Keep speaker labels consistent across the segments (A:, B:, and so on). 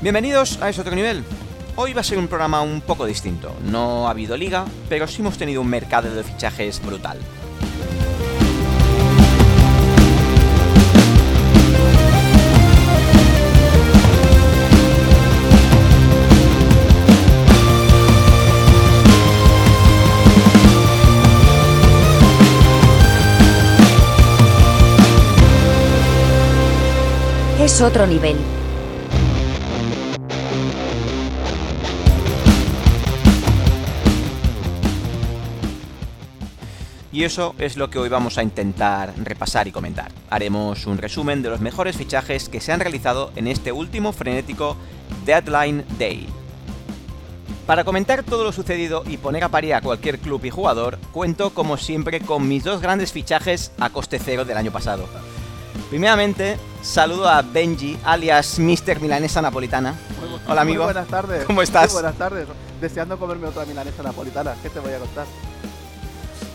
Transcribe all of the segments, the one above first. A: Bienvenidos a Es Otro Nivel. Hoy va a ser un programa un poco distinto. No ha habido liga, pero sí hemos tenido un mercado de fichajes brutal.
B: Es otro nivel.
A: Y eso es lo que hoy vamos a intentar repasar y comentar. Haremos un resumen de los mejores fichajes que se han realizado en este último frenético Deadline Day. Para comentar todo lo sucedido y poner a parir a cualquier club y jugador, cuento como siempre con mis dos grandes fichajes a coste cero del año pasado. Primeramente, saludo a Benji, alias Mr. Milanesa Napolitana.
C: Muy bu-
A: Hola, amigo.
C: Muy buenas tardes.
A: ¿Cómo estás?
C: Muy buenas tardes. Deseando comerme otra milanesa napolitana. ¿Qué te voy a contar?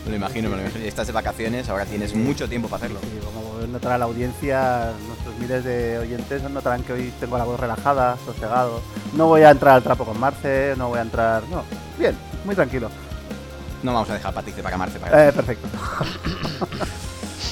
A: Me lo imagino, me lo imagino. Estás de vacaciones, ahora tienes mucho tiempo para hacerlo.
C: Sí, como notará la audiencia, nuestros miles de oyentes notarán que hoy tengo la voz relajada, sosegado. No voy a entrar al trapo con Marce, no voy a entrar. No, bien, muy tranquilo.
A: No vamos a dejar a Patricio para Marce. Para...
C: Eh, perfecto.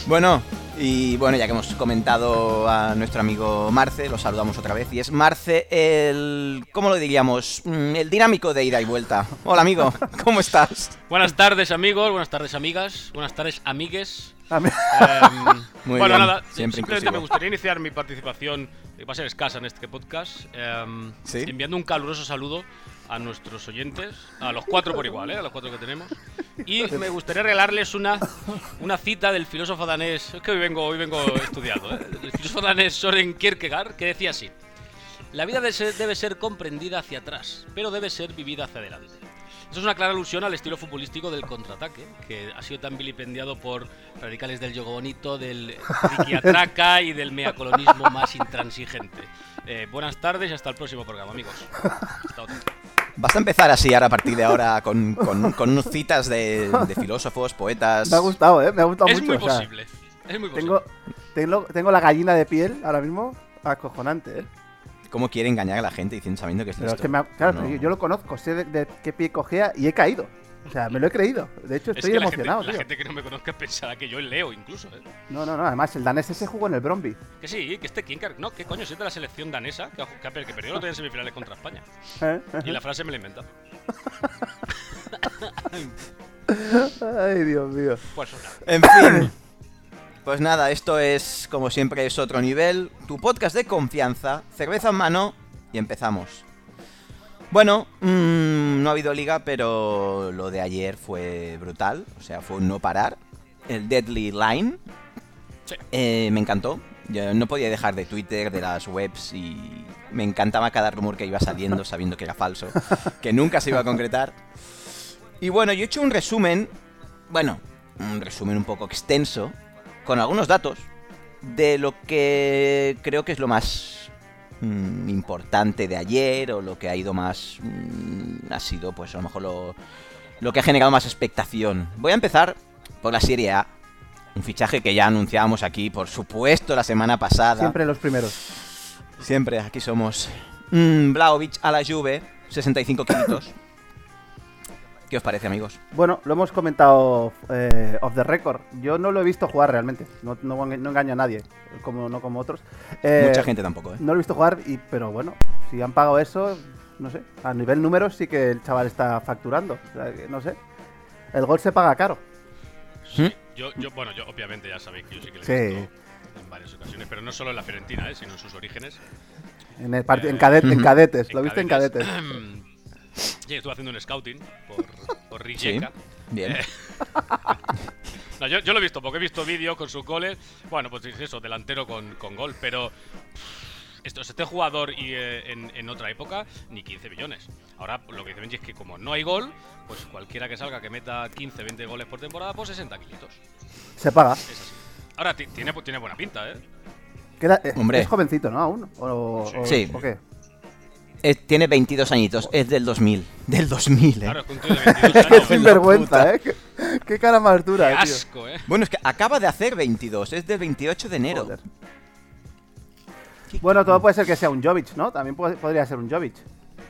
A: Bueno, y bueno, ya que hemos comentado a nuestro amigo Marce, lo saludamos otra vez. Y es Marce el. ¿Cómo lo diríamos? Mm, El dinámico de ida y vuelta. Hola, amigo, ¿cómo estás?
D: Buenas tardes amigos, buenas tardes amigas, buenas tardes amigues.
C: A mí-
D: Em,
A: Muy
D: bueno,
A: bien,
D: nada,
A: siempre
D: simplemente
A: inclusivo.
D: me gustaría iniciar mi participación, que va a ser escasa en este podcast, em,
A: ¿Sí?
D: enviando un caluroso saludo a nuestros oyentes, a los cuatro por igual, ¿eh? a los cuatro que tenemos. Y me gustaría regalarles una, una cita del filósofo danés, es que hoy vengo, hoy vengo estudiado, ¿eh? el filósofo danés Soren Kierkegaard, que decía así, la vida de ser- debe ser comprendida hacia atrás, pero debe ser vivida hacia adelante. Eso es una clara alusión al estilo futbolístico del contraataque, que ha sido tan vilipendiado por radicales del yogo bonito, del riquiatraca y del meacolonismo más intransigente. Eh, buenas tardes y hasta el próximo programa, amigos. Hasta otra.
A: Vas a empezar así ahora a partir de ahora con, con, con unas citas de, de filósofos, poetas.
C: me ha gustado, ¿eh? Me ha gustado
D: Es
C: mucho.
D: muy
C: o sea,
D: posible. Es muy posible.
C: tengo, tengo, tengo la gallina de piel ahora mismo. Acojonante, ¿eh?
A: ¿Cómo quiere engañar a la gente diciendo sabiendo que es
C: Pero es
A: esto?
C: que me ha- claro,
A: No.
C: pero yo, yo lo conozco, sé de, de qué pie cogea y he caído. O sea, me lo he creído. De hecho,
D: Es
C: estoy
D: que la gente-
C: emocionado,
D: la gente,
C: tío.
D: que no me conozca pensará que yo leo incluso. ¿eh?
C: No, no, no. Además, el danés ese jugó en el Bromby.
D: Que sí, que este Kinkar, no, que coño, si es de la selección danesa, que, ha- que ha- que perdió el otro día en semifinales contra España.
C: ¿eh?
D: Y la frase me la inventa.
C: Ay, Dios mío.
D: Pues nada.
A: En fin. Pues nada, esto es, como siempre, es otro nivel. Tu podcast de confianza, cerveza en mano y empezamos. Bueno, mm, no ha habido liga, pero lo de ayer fue brutal. O sea, fue un no parar. El Deadly Line.
D: Sí.
A: Eh, me encantó. Yo no podía dejar de Twitter, de las webs y me encantaba cada rumor que iba saliendo sabiendo que era falso, que nunca se iba a concretar. Y bueno, yo he hecho un resumen, bueno, un resumen un poco extenso, con algunos datos, de lo que creo que es lo más mm, importante de ayer o lo que ha ido más... mm, ha sido pues a lo mejor lo, lo que ha generado más expectación. Voy a empezar por la Serie A. Un fichaje que ya anunciábamos aquí, por supuesto, la semana pasada.
C: Siempre los primeros.
A: Siempre, aquí somos. Mm, Vlaovic a la Juve, 65 kilos. ¿Qué os parece, amigos?
C: Bueno, lo hemos comentado eh, off the record. Yo no lo he visto jugar realmente. No, no, enga- no engaño a nadie, como, no como otros. Eh,
A: Mucha gente tampoco, ¿eh?
C: No lo he visto jugar, y, pero bueno, si han pagado eso, no sé. A nivel números sí que el chaval está facturando. O sea, que no sé. El gol se paga caro.
A: ¿Mm?
D: Yo, yo, bueno, yo obviamente ya sabéis que yo sí que le he
C: Sí.
D: visto en varias ocasiones, pero no solo en la Fiorentina, ¿eh? sino en sus orígenes.
C: En, el part- en,
D: Eh,
C: cadet- en cadetes,
D: en
C: lo viste
D: cadetes.
C: en cadetes.
D: sí, estuve haciendo un scouting por, por Rijeka. Eh.
A: Bien.
D: No, yo, yo lo he visto, porque he visto vídeos con sus goles. Bueno, pues es eso, delantero con, con gol, pero pff, esto, este jugador y, eh, en, en otra época, ni 15 millones. Ahora lo que dice Benji es que como no hay gol, pues cualquiera que salga que meta 15, 20 goles por temporada, pues 60 kilitos.
C: Se paga.
D: Es así. Ahora ti- tiene, tiene buena pinta, ¿eh?
C: Queda- eh,
A: Hombre.
C: Es jovencito, ¿no? Aún. ¿O, o-
A: Sí.
C: o qué?
A: Eh, tiene 22 añitos, es del 2000. Del 2000, ¿eh?
D: Claro, es que un tío de 22
C: Qué
D: años.
A: sin-
C: sinvergüenza,
A: puta.
C: ¿eh? Qué, qué cara más
D: Qué
C: dura, eh, tío.
D: asco, ¿eh?
A: Bueno, es que acaba de hacer 22, es del 28 de enero.
C: Joder. Bueno, todo puede ser que sea un Jovic, ¿no? También puede- podría ser un Jovic,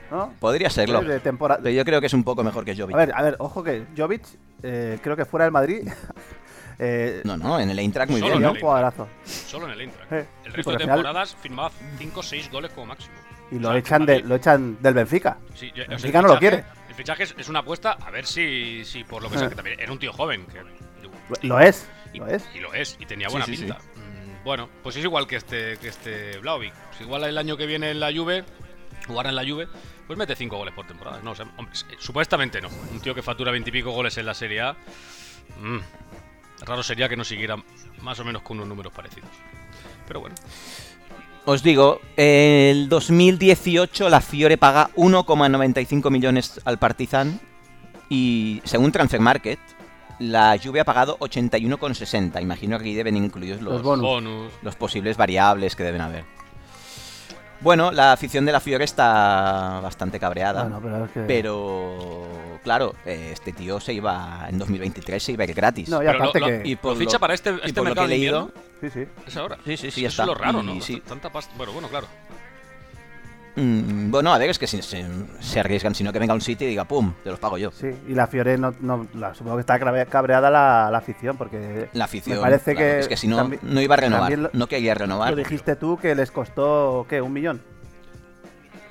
C: ¿no?
A: Podría serlo.
C: De temporada.
A: Pero yo creo que es un poco mejor que Jovic.
C: A ver, a ver, ojo que Jovic, eh, creo que fuera del Madrid, eh,
A: No, no, en el Eintracht muy
D: Solo
A: bien,
C: sería
D: en
A: ¿no?
C: un jugadorazo.
D: Solo en el Eintracht.
C: Eh, sí,
D: el resto
C: porque
D: de
C: al final-
D: temporadas firmaba 5 o 6 goles como máximo.
C: Y
D: O
C: lo
D: sea,
C: echan,
D: que
C: de,
D: Madrid-
C: lo echan del Benfica.
D: Sí, yo- o sea, el
C: Benfica no lo
D: fichaje-
C: quiere. Eh.
D: El fichaje es, es una apuesta, a ver si, si por lo que sea, que también era un tío joven. que-
C: Lo es,
D: y,
C: lo es.
D: y lo es, y tenía
A: Sí,
D: buena
A: sí, sí.
D: pinta. Mm, Bueno, pues es igual que este, que este Vlahovic. Si igual el año que viene en la Juve, jugar en la Juve, pues mete 5 goles por temporada. No, o sea, hombre, eh, supuestamente no. Un tío que factura 20 y pico goles en la Serie A, mm, raro sería que no siguiera más o menos con unos números parecidos. Pero bueno,
A: Os digo, el 2018 la Fiore paga 1,95 millones al Partizan y según Transfer Market, la Juve ha pagado 81,60. Imagino que aquí deben incluir los,
C: Los bonos.
D: bonus.
A: los posibles variables que deben haber. Bueno, la afición de la Fiore está bastante cabreada.
C: Bueno, Ah, pues, eh, pero es que-
A: Pero, claro, eh, este tío se iba en 2023 se iba a ir gratis.
C: No, y
D: Pero lo-
C: aparte
D: lo-
C: que.
A: y
D: Lo
A: por
D: ficha
A: lo-
D: para este,
A: y
D: este
A: por lo que
D: mercado
A: he
D: de
A: leído,
D: invierno.
C: Sí, sí.
D: Es ahora.
A: Sí, sí, sí,
D: Eso
A: ya está.
D: es lo raro,
A: Y
D: ¿no?
A: sí.
D: Tanta pasta. Bueno, bueno, claro.
A: Mm, bueno, a ver, es que si se, se arriesgan, sino que venga un sitio y diga, ¡pum! Te los pago yo.
C: Sí, y la Fiore no, no- la- supongo que está crabe- cabreada la, la afición porque
A: La afición.
C: Me parece
A: claro,
C: que
A: Es que si no,
C: tambi-
A: no iba a renovar.
C: también lo-
A: No quería
C: lo
A: renovar.
C: dijiste tú que les costó ¿qué? un millón.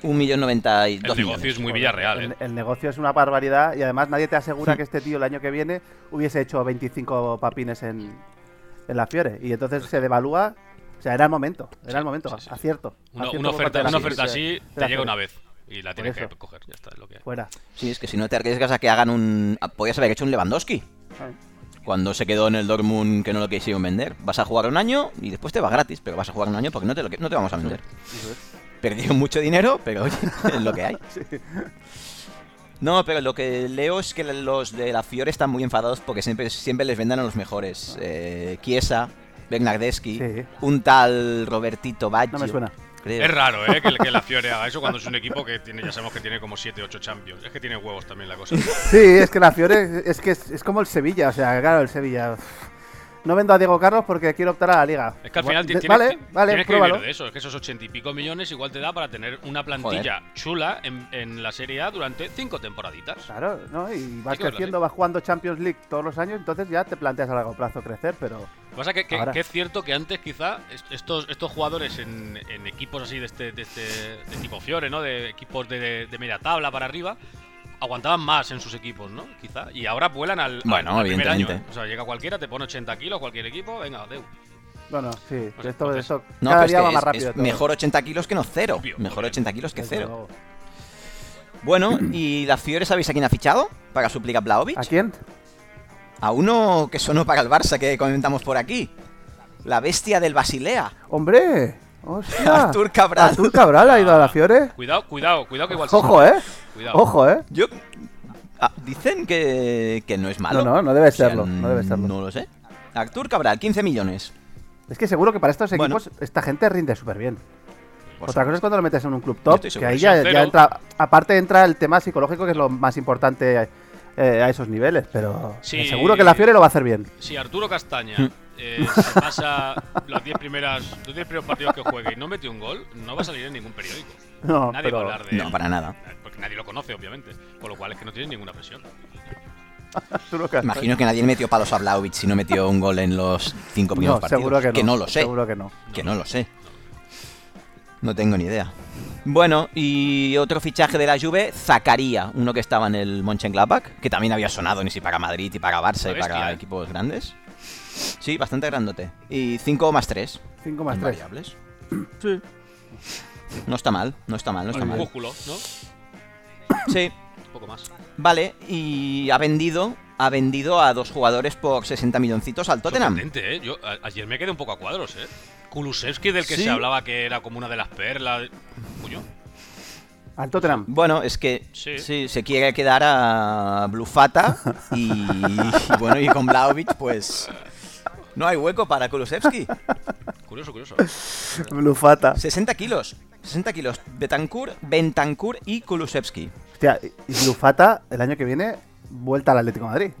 A: Un millón noventa y
D: El
A: dos
D: negocio es
A: millones.
D: muy Villarreal,
C: El,
D: ¿eh?
C: el negocio es una barbaridad y además nadie te asegura que este tío el año que viene hubiese hecho 25 papines en, en la Fiore y entonces se devalúa. O sea, era el momento, era el momento,
D: sí, sí.
C: acierto.
D: Una,
C: acierto
D: una
C: por parte
D: oferta,
C: de la
D: una
C: Fiore,
D: oferta
C: sí,
D: así
C: de la
D: te llega
C: Fiore.
D: una vez y la tienes que
C: eso.
D: coger. Ya está, es lo que hay.
C: Fuera.
A: Sí, es que si no te arriesgas a que hagan un. a- Podías haber hecho un Lewandowski. Cuando se quedó en el Dortmund que no lo quisieron vender. Vas a jugar un año y después te va gratis, pero vas a jugar un año porque no te, lo, que- no te vamos a vender. Perdieron mucho dinero, pero oye, es lo que hay. No, pero lo que leo es que los de la Fiore están muy enfadados porque siempre, siempre les vendan a los mejores. Eh, Chiesa, Bernardeschi,
C: Sí.
A: un tal Robertito Baggio.
C: No me suena.
A: creo.
D: Es raro, ¿eh? Que, que la Fiore haga eso cuando es un equipo que tiene, ya sabemos que tiene como 7, 8 champions. Es que tiene huevos también la cosa.
C: Sí, es que la Fiore es que es, es como el Sevilla, o sea, claro, el Sevilla. No vendo a Diego Carlos porque quiero optar a la liga.
D: Es que al final ti-
C: De-
D: tienes,
C: vale,
D: ti-
C: vale,
D: tienes que
C: pruébalo.
D: vivir de eso. Es que esos 80 y pico millones igual te da para tener una plantilla chula en, en la Serie A durante 5 temporaditas.
C: Claro, ¿no? Y vas
D: que verlo,
C: creciendo, vas jugando Champions League todos los años, entonces ya te planteas a largo plazo crecer, pero
D: Lo que pasa es que, que-
C: Ahora.
D: que es cierto que antes quizá est- estos, estos jugadores en, en equipos así de este, de este de tipo Fiore, ¿no? De equipos de, de media tabla para arriba, aguantaban más en sus equipos, ¿no? Quizá. Y ahora vuelan al, al-
A: Bueno,
D: al primer año.
A: evidentemente.
D: ¿eh? O sea, llega cualquiera, te pone 80 kilos, cualquier equipo, venga, adeu.
C: bueno, sí, esto,
D: Pues entonces-
C: esto
A: No,
C: cada
A: pero es
C: día
A: que
C: va
A: es-
C: más
A: es
C: rápido. todo.
A: mejor 80 kilos que no cero.
D: Obvio,
A: mejor
D: obvio.
A: 80 kilos que
C: Desde
A: cero.
C: luego.
A: Bueno, ¿y la Fiore sabéis a quién ha fichado? Para suplir a Blaovic.
C: ¿A quién?
A: A uno que sonó para el Barça que comentamos por aquí. La bestia del Basilea.
C: ¡Hombre! ¡Hostia!
A: Artur Cabral.
C: Artur Cabral ha ido a la Fiore.
D: Cuidado, cuidado, cuidado que Ah. igual se-
C: Ojo, ¿eh?
D: Cuidado.
C: Ojo, ¿eh?
A: Yo. ah, dicen que, que no es malo.
C: No, no, no debe
A: O sea,
C: serlo, no debe serlo.
A: No lo sé. Artur Cabral, 15 millones.
C: Es que seguro que para estos
A: Bueno.
C: equipos esta gente rinde súper bien.
A: Por
C: Otra
A: supuesto.
C: cosa es cuando lo metes en un club
A: Yo
C: top,
A: estoy
C: que
A: seguro.
C: ahí ya,
D: Son
C: ya
D: cero.
C: entra. Aparte entra el tema psicológico, que es lo más importante eh, a esos niveles, pero eh,
D: Sí.
C: seguro que la Fiore lo va a hacer bien.
D: Si Arturo Castaña
C: Hmm.
D: eh, se pasa las 10 primeras, los 10 primeros partidos que juegue y no mete un gol, no va a salir en ningún periódico.
C: No,
D: nadie
C: pero
D: va a hablar de
A: No,
D: él.
A: para nada.
D: Porque nadie lo conoce, obviamente. Con lo cual es que no tiene ninguna presión.
C: seguro que-
A: Imagino que nadie le metió palos a Blaovic si no metió un gol en los cinco primeros
C: no,
A: partidos.
C: seguro que no.
A: lo sé.
C: Seguro que no.
A: Que no lo sé. No tengo ni idea. Bueno, y otro fichaje de la Juve, Zacaría, uno que estaba en el Mönchengladbach, que también había sonado ni si para Madrid y para Barça
D: Una
A: y para
D: bestia, ¿eh?
A: equipos grandes. Sí, bastante grandote. Y 5 más 3.
C: 5 más 3.
A: variables. Sí. No está mal, no está mal, no está
D: Un
A: mal.
D: músculo, ¿no?
A: Sí,
D: Un poco más.
A: vale, y ha vendido, ha vendido a dos jugadores por 60 milloncitos al Tottenham.
D: Sorprendente, ¿eh? Yo, a- ayer me quedé un poco a cuadros, ¿eh? Kulusevski, del que
A: Sí.
D: se hablaba que era como una de las perlas. Coño,
C: Al Tottenham.
A: Bueno, es que
D: Sí.
A: sí, se quiere quedar a Blufata y, y bueno, y con Blaovic pues no hay hueco para Kulusevski.
D: curioso, curioso.
C: Blufata.
A: 60 kilos, 60 kilos, Betancourt, Bentancur y Kulusevski.
C: Hostia, y y Blufata el año que viene, vuelta al Atlético de Madrid.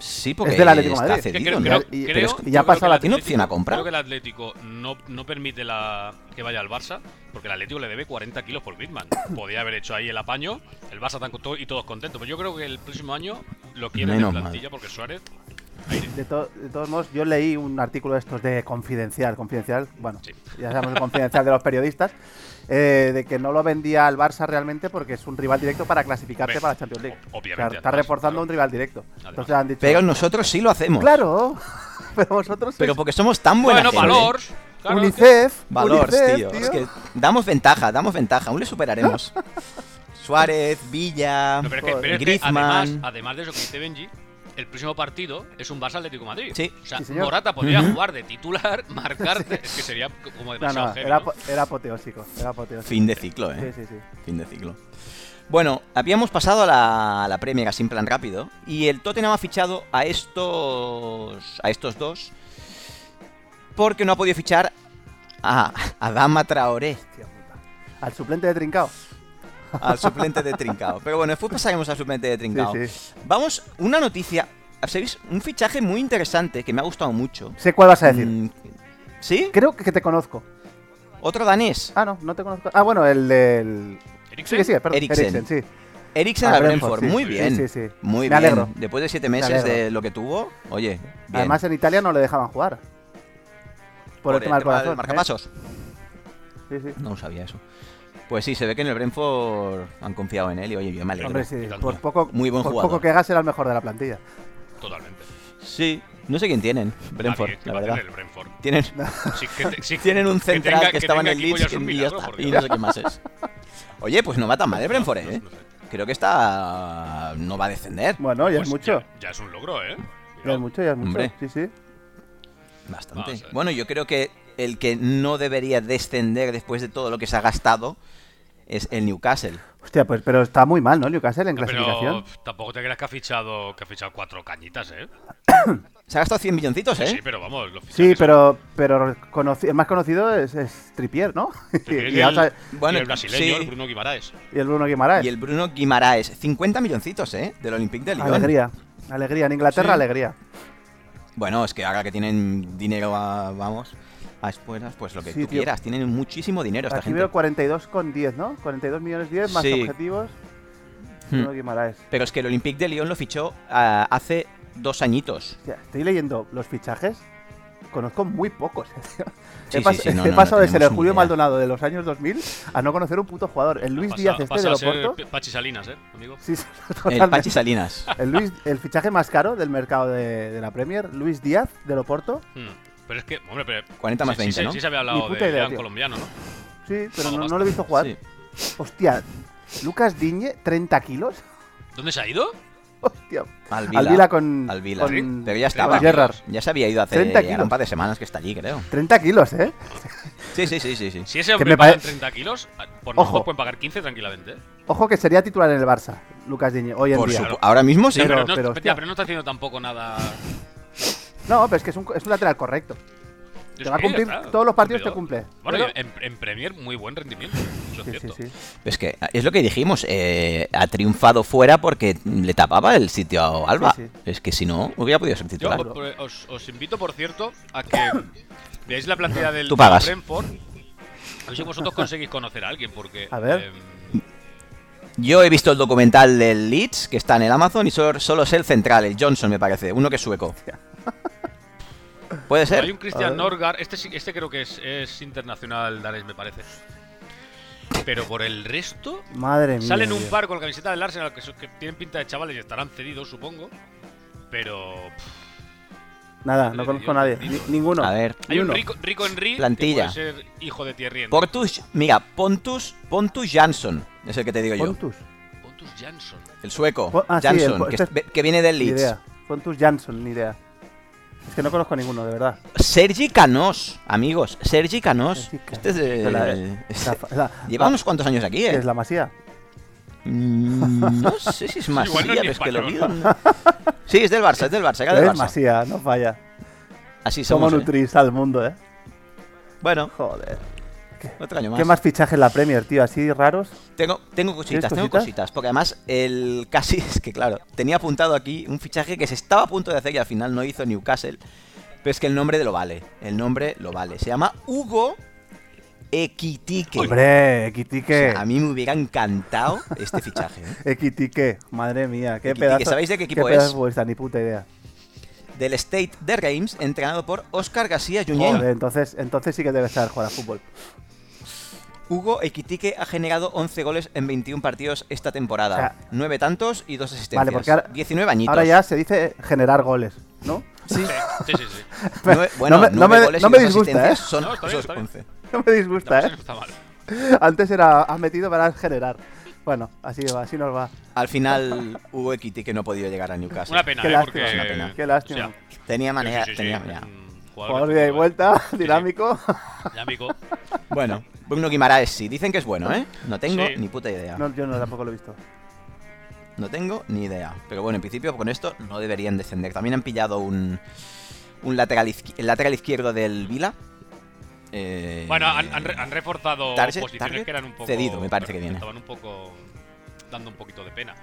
A: Sí, porque
C: Es del Atlético de
A: está
C: Madrid.
A: cedido,
D: creo,
A: ¿no?
D: creo-
C: Y-
A: Pero
D: creo-
A: es-
C: y ya
D: yo creo
C: pasa
D: que el
A: la- ¿Tiene
D: Atlético-
A: opción a compra?
D: Creo que el Atlético no, no permite la, que vaya al Barça, porque el Atlético le debe 40 kilos por Bitman. Podía haber hecho ahí el apaño, el Barça tan contento y todos contentos. Pero yo creo que el próximo año lo quieren de
A: Menos mal.
D: plantilla porque Suárez.
C: De, to- de todos modos, yo leí un artículo de estos de confidencial, confidencial, bueno,
D: Sí.
C: ya sabemos el confidencial de los periodistas, eh, de que no lo vendía al Barça realmente porque es un rival directo para clasificarte
D: Hombre,
C: para Champions League.
D: o- obviamente,
C: O sea, está
D: además,
C: reforzando
D: claro.
C: un rival directo.
D: Además.
C: Entonces han dicho,
A: Pero nosotros sí lo hacemos.
C: claro, pero vosotros
A: Pero
C: sois
A: porque somos tan buenos.
D: Bueno,
A: ¿eh?
D: valor. claro,
C: UNICEF,
A: Valor,
C: UNICEF,
A: tío. Es que damos ventaja, damos ventaja. Aún le superaremos. Suárez, Villa,
D: No, pero es que, pero es que
A: Griezmann.
D: además, además de eso que dice Benji, el próximo partido es un Barça Atlético de Madrid.
A: Sí.
D: O sea,
C: Sí, señor.
D: Morata podría
A: Ujú.
D: jugar de titular, marcarte. Es que sería
C: No,
D: como demasiado
C: no,
D: heavy,
C: era,
D: ¿no?
C: apo- era apoteósico, era apoteósico.
A: Fin de ciclo,
C: Sí,
A: eh.
C: sí, sí.
A: Fin de ciclo. Bueno, habíamos pasado a la, a la Premier así en plan rápido. Y el Tottenham ha fichado a estos. a estos dos. Porque no ha podido fichar a Adama Traoré,
C: Hostia puta. Al suplente de Trincao.
A: al suplente de Trincao. Pero bueno, después pasaremos al suplente de Trincao.
C: Sí,
A: Vamos, una noticia. ¿Sabéis? Un fichaje muy interesante que me ha gustado mucho.
C: Sé cuál vas a decir.
A: Mm, ¿Sí?
C: Creo que te conozco.
A: Otro danés.
C: Ah, no, no te conozco. Ah, bueno, el del. Sí,
D: Eriksen,
C: que sí, perdón.
A: Eriksen.
C: Eriksen, sí.
A: Eriksen
C: Ah,
A: al
C: Brentford,
A: Brentford.
C: sí.
A: Muy
C: Sí,
A: bien.
C: sí, sí.
A: Muy
C: Me
A: bien.
C: alegro.
A: Después de siete meses
C: alegro.
A: de lo que tuvo, oye. bien.
C: Además, en Italia no le dejaban jugar. Por, el tema del corazón. ¿eh?
A: marcapasos.
C: Sí, sí.
A: No sabía eso. Pues sí, se ve que en el Brentford han confiado en él y oye, yo me alegro.
C: Hombre, sí.
D: Y tanto.
C: Por poco,
A: Muy buen
C: por
A: jugador.
C: poco que hagas era el mejor de la plantilla.
D: totalmente.
A: Sí, no sé quién tienen, Brentford,
D: Nadie, ¿qué
A: la
D: va a
A: verdad.
D: hacer el Brentford?
A: Tienen,
D: Sí, que te- sí,
A: tienen un
D: que
A: central que,
D: tenga-
A: estaba en
D: tenga
A: el
D: equipo
A: Leeds
D: ya
A: que-
D: es
A: y,
D: un
A: ya
D: milagro,
A: está,
D: porque-
A: y no sé qué más es. Oye, pues no va tan mal el Brentford,
D: No,
A: ¿eh?
D: no sé.
A: Creo que está... no va a descender.
C: Bueno, ya
D: Pues
C: es mucho.
D: Ya, ya es un logro, ¿eh?
C: Ya es mucho, ya es mucho.
A: Hombre.
C: Sí, sí.
A: Bastante.
D: Vamos a ver.
A: Bueno, yo creo que el que no debería descender después de todo lo que se ha gastado es el Newcastle.
C: Hostia, pues, pero está muy mal, ¿no? Newcastle en
D: No,
C: clasificación.
D: Pero tampoco te creas que ha fichado, que ha fichado cuatro cañitas, ¿eh?
A: Se ha gastado 100 milloncitos,
D: Sí,
A: ¿eh?
D: sí, pero vamos, lo
C: Sí, pero, pero conoci- el más conocido es, es Tripier, ¿no?
D: Y el,
C: y, ahora-
A: Bueno,
D: y el brasileño,
A: sí.
D: el Bruno Guimaraes.
C: y el Bruno Guimaraes.
A: Y el Bruno Guimaraes, 50 milloncitos, ¿eh? Del Olympique de Lyon.
C: Alegría. Alegría. En Inglaterra,
A: Sí.
C: alegría.
A: Bueno, es que ahora que tienen dinero, a- vamos, a espuelas, pues lo que
C: Sí,
A: tú
C: tío.
A: quieras. Tienen muchísimo dinero esta
C: Aquí
A: gente.
C: veo 42,10, ¿no? 42 millones 10 más
A: Sí.
C: objetivos.
A: Hmm.
C: Bruno Guimaraes.
A: Pero es que el Olympique de Lyon lo fichó ah, hace dos añitos.
C: Hostia, estoy leyendo los fichajes. Conozco muy pocos. eh, tío.
A: Sí,
C: he
A: sí,
C: pas-
A: sí, no,
C: he
A: no, no
C: pasado de ser el
A: tenemos ni
C: Julio
A: idea.
C: Maldonado de los años 2000 a no conocer un puto jugador. El Luis
D: Pasa-
C: Díaz este
D: pasa
C: de
D: a ser
C: Loporto.
D: P- Pachi Salinas, ¿eh, amigo?
C: Sí, sí,
A: El
C: totalmente.
A: Pachi Salinas.
C: El, Luis, el fichaje más caro del mercado de, de la Premier, Luis Díaz de Loporto.
D: Hmm. Pero es que, hombre, pero...
A: 40 más
D: sí, sí
A: 20,
D: se-
A: ¿no?
D: Sí se había
C: Ni
D: hablado
C: puta
D: de
C: idea,
D: León
C: tío.
D: colombiano, ¿no?
C: Sí, pero
D: No,
C: no,
D: basta.
C: no lo he visto jugar.
A: Sí.
C: Hostia, Lucas Diñe, 30 kilos.
D: ¿Dónde se ha ido?
C: Hostia,
A: Al Vila.
C: Al Vila con,
A: Al Vila.
C: con-
A: Pero ya estaba.
C: con Gerrard.
A: Ya se había ido hace
C: 30
A: ya
C: kilos.
A: un par de semanas que está allí, creo.
C: 30 kilos, ¿eh?
A: Sí, sí, sí, sí. sí.
D: Si ese
C: Que
D: hombre
C: me
D: paga
C: pare-
D: 30 kilos, a- por
C: Ojo.
D: nosotros pueden pagar 15 tranquilamente. ¿eh?
C: Ojo que sería titular en el Barça, Lucas Diñe, hoy en
A: Por
C: día.
A: supu- Ahora mismo sí.
D: Ya,
C: Pero-
D: pero, no,
C: pero,
D: ya,
C: hostia.
D: pero no está haciendo tampoco nada...
C: No, pero es que es un, es un lateral correcto. Te va a
D: Sí,
C: cumplir
D: está,
C: todos los partidos, te
D: cumplidor.
C: cumple.
D: Bueno,
C: Pero-
D: y en, en Premier muy buen rendimiento, eso es
C: Sí, sí,
D: cierto.
C: sí.
A: Es que es lo que dijimos. eh, ha triunfado fuera porque le tapaba el sitio a Alba.
C: Sí, sí.
A: Es que si no, hubiera podido ser
D: Yo
A: titular.
D: os- os, os invito, por cierto, a que veáis la plantilla del
A: Tú pagas.
D: Brentford. A ver si vosotros conseguís conocer a alguien, porque...
C: A ver.
D: em,
A: Yo he visto el documental del Leeds que está en el Amazon y solo, solo es el central, el Johnson, me parece. Uno que es sueco. Puede
D: Hay
A: ser.
D: un Christian
C: ver.
D: Norgar, este, sí- este creo que es, es internacional danés, me parece. Pero por el resto,
C: Madre mía.
D: salen un
C: tío.
D: par con la camiseta del Arsenal que, son- que tienen pinta de chavales y estarán cedidos, supongo. Pero pff,
C: Nada, no conozco a nadie. ni- ninguno.
A: A ver.
D: hay un
C: Uno.
D: rico, rico Henry
A: Plantilla.
D: que puede ser hijo de Thierry Henry.
A: Portus, mira, Pontus, Pontus Jansson, es el que te digo yo.
C: Pontus.
D: Pontus Jansson.
A: El sueco,
C: Po- ah, sí, el
A: Jansson,
C: po-
A: que,
C: este
A: es- ve- que viene del
C: Ni
A: Leeds.
C: idea. Pontus Jansson, ni idea. Es que no conozco a ninguno, de verdad.
A: Sergi Canós, amigos, Sergi Canós.
C: Sergi Canós.
A: Este es, eh,
C: De la-
A: es-
C: La fa- la-
A: lleva
C: la-
A: unos cuantos años aquí,
C: ¿qué
A: ¿eh?
C: es la masía.
A: Mm, No sé si es más,
D: Igual no es
A: ya,
D: ni
A: pero es que lo
D: español.
A: olvido. Sí, es del Barça, es del Barça, era del
C: Es
A: Barça.
C: masía, no falla.
A: Así
C: Somos
A: somos. ¿eh?
C: nutris al mundo, ¿eh?
A: Bueno,
C: Joder.
A: Otro año más.
C: ¿Qué más fichajes en la Premier, tío? Así raros.
A: Tengo, tengo cositas,
C: ¿Tienes
A: tengo
C: cositas?
A: cositas. Porque además, el casi es que, claro, tenía apuntado aquí un fichaje que se estaba a punto de hacer y al final no hizo Newcastle. Pero es que el nombre de lo vale. El nombre lo vale. Se llama Hugo Equitique.
C: Hombre, Equitique.
A: O sea, a mí me hubiera encantado este fichaje. ¿eh?
C: Equitique. Madre mía, qué
A: Equitique,
C: pedazo.
A: ¿sabéis de qué equipo
C: qué pedazo
A: es?
C: futbolista, ni puta idea.
A: Del State de Reims, entrenado por Oscar García Junyent.
C: Joder, entonces, entonces sí que debe saber jugar a fútbol.
A: Hugo Equitique ha generado 11 goles en 21 partidos esta temporada.
C: O sea,
A: 9 tantos y 2 asistencias.
C: Vale, porque ahora-
A: 19 añitos.
C: Ahora ya se dice generar goles, ¿no?
D: Sí, sí, sí. sí.
A: Nue- bueno,
C: No me- no
A: 9
C: me-
A: goles
C: no
A: y
C: me
A: dos
C: disgusta,
A: asistencias
C: ¿eh?
A: son
D: No, está bien,
A: esos
D: está bien.
A: 11.
C: No me disgusta,
D: No,
C: ¿eh?
D: no está mal.
C: Antes era has metido para generar. Bueno, así va, así nos va.
A: Al final Hugo Equitique no ha podido llegar a Newcastle.
D: Una pena,
C: Qué
D: ¿eh?
C: lástima,
D: Porque...
A: una pena.
C: Qué lástima.
D: o sea, sí,
A: Tenía manera,
D: sí, sí,
A: tenía
D: sí,
A: manera.
D: un
C: Jugador
D: Jugador
C: de ida y vuelta,
D: Sí, sí.
C: dinámico.
D: Dinámico.
A: Bueno, Bruno Guimaraes sí, dicen que es bueno, ¿eh? No tengo
D: Sí.
A: ni puta idea.
C: No, yo no, tampoco lo he visto.
A: No tengo ni idea. Pero bueno, en principio con esto no deberían descender. También han pillado un, un lateral, izqui- el lateral izquierdo del Vila. Eh,
D: Bueno, han, han re- han reforzado
A: Target-
D: posiciones
A: Target
D: que eran un poco.
A: cedido, me parece que viene.
D: Estaban un poco. dando un poquito de pena.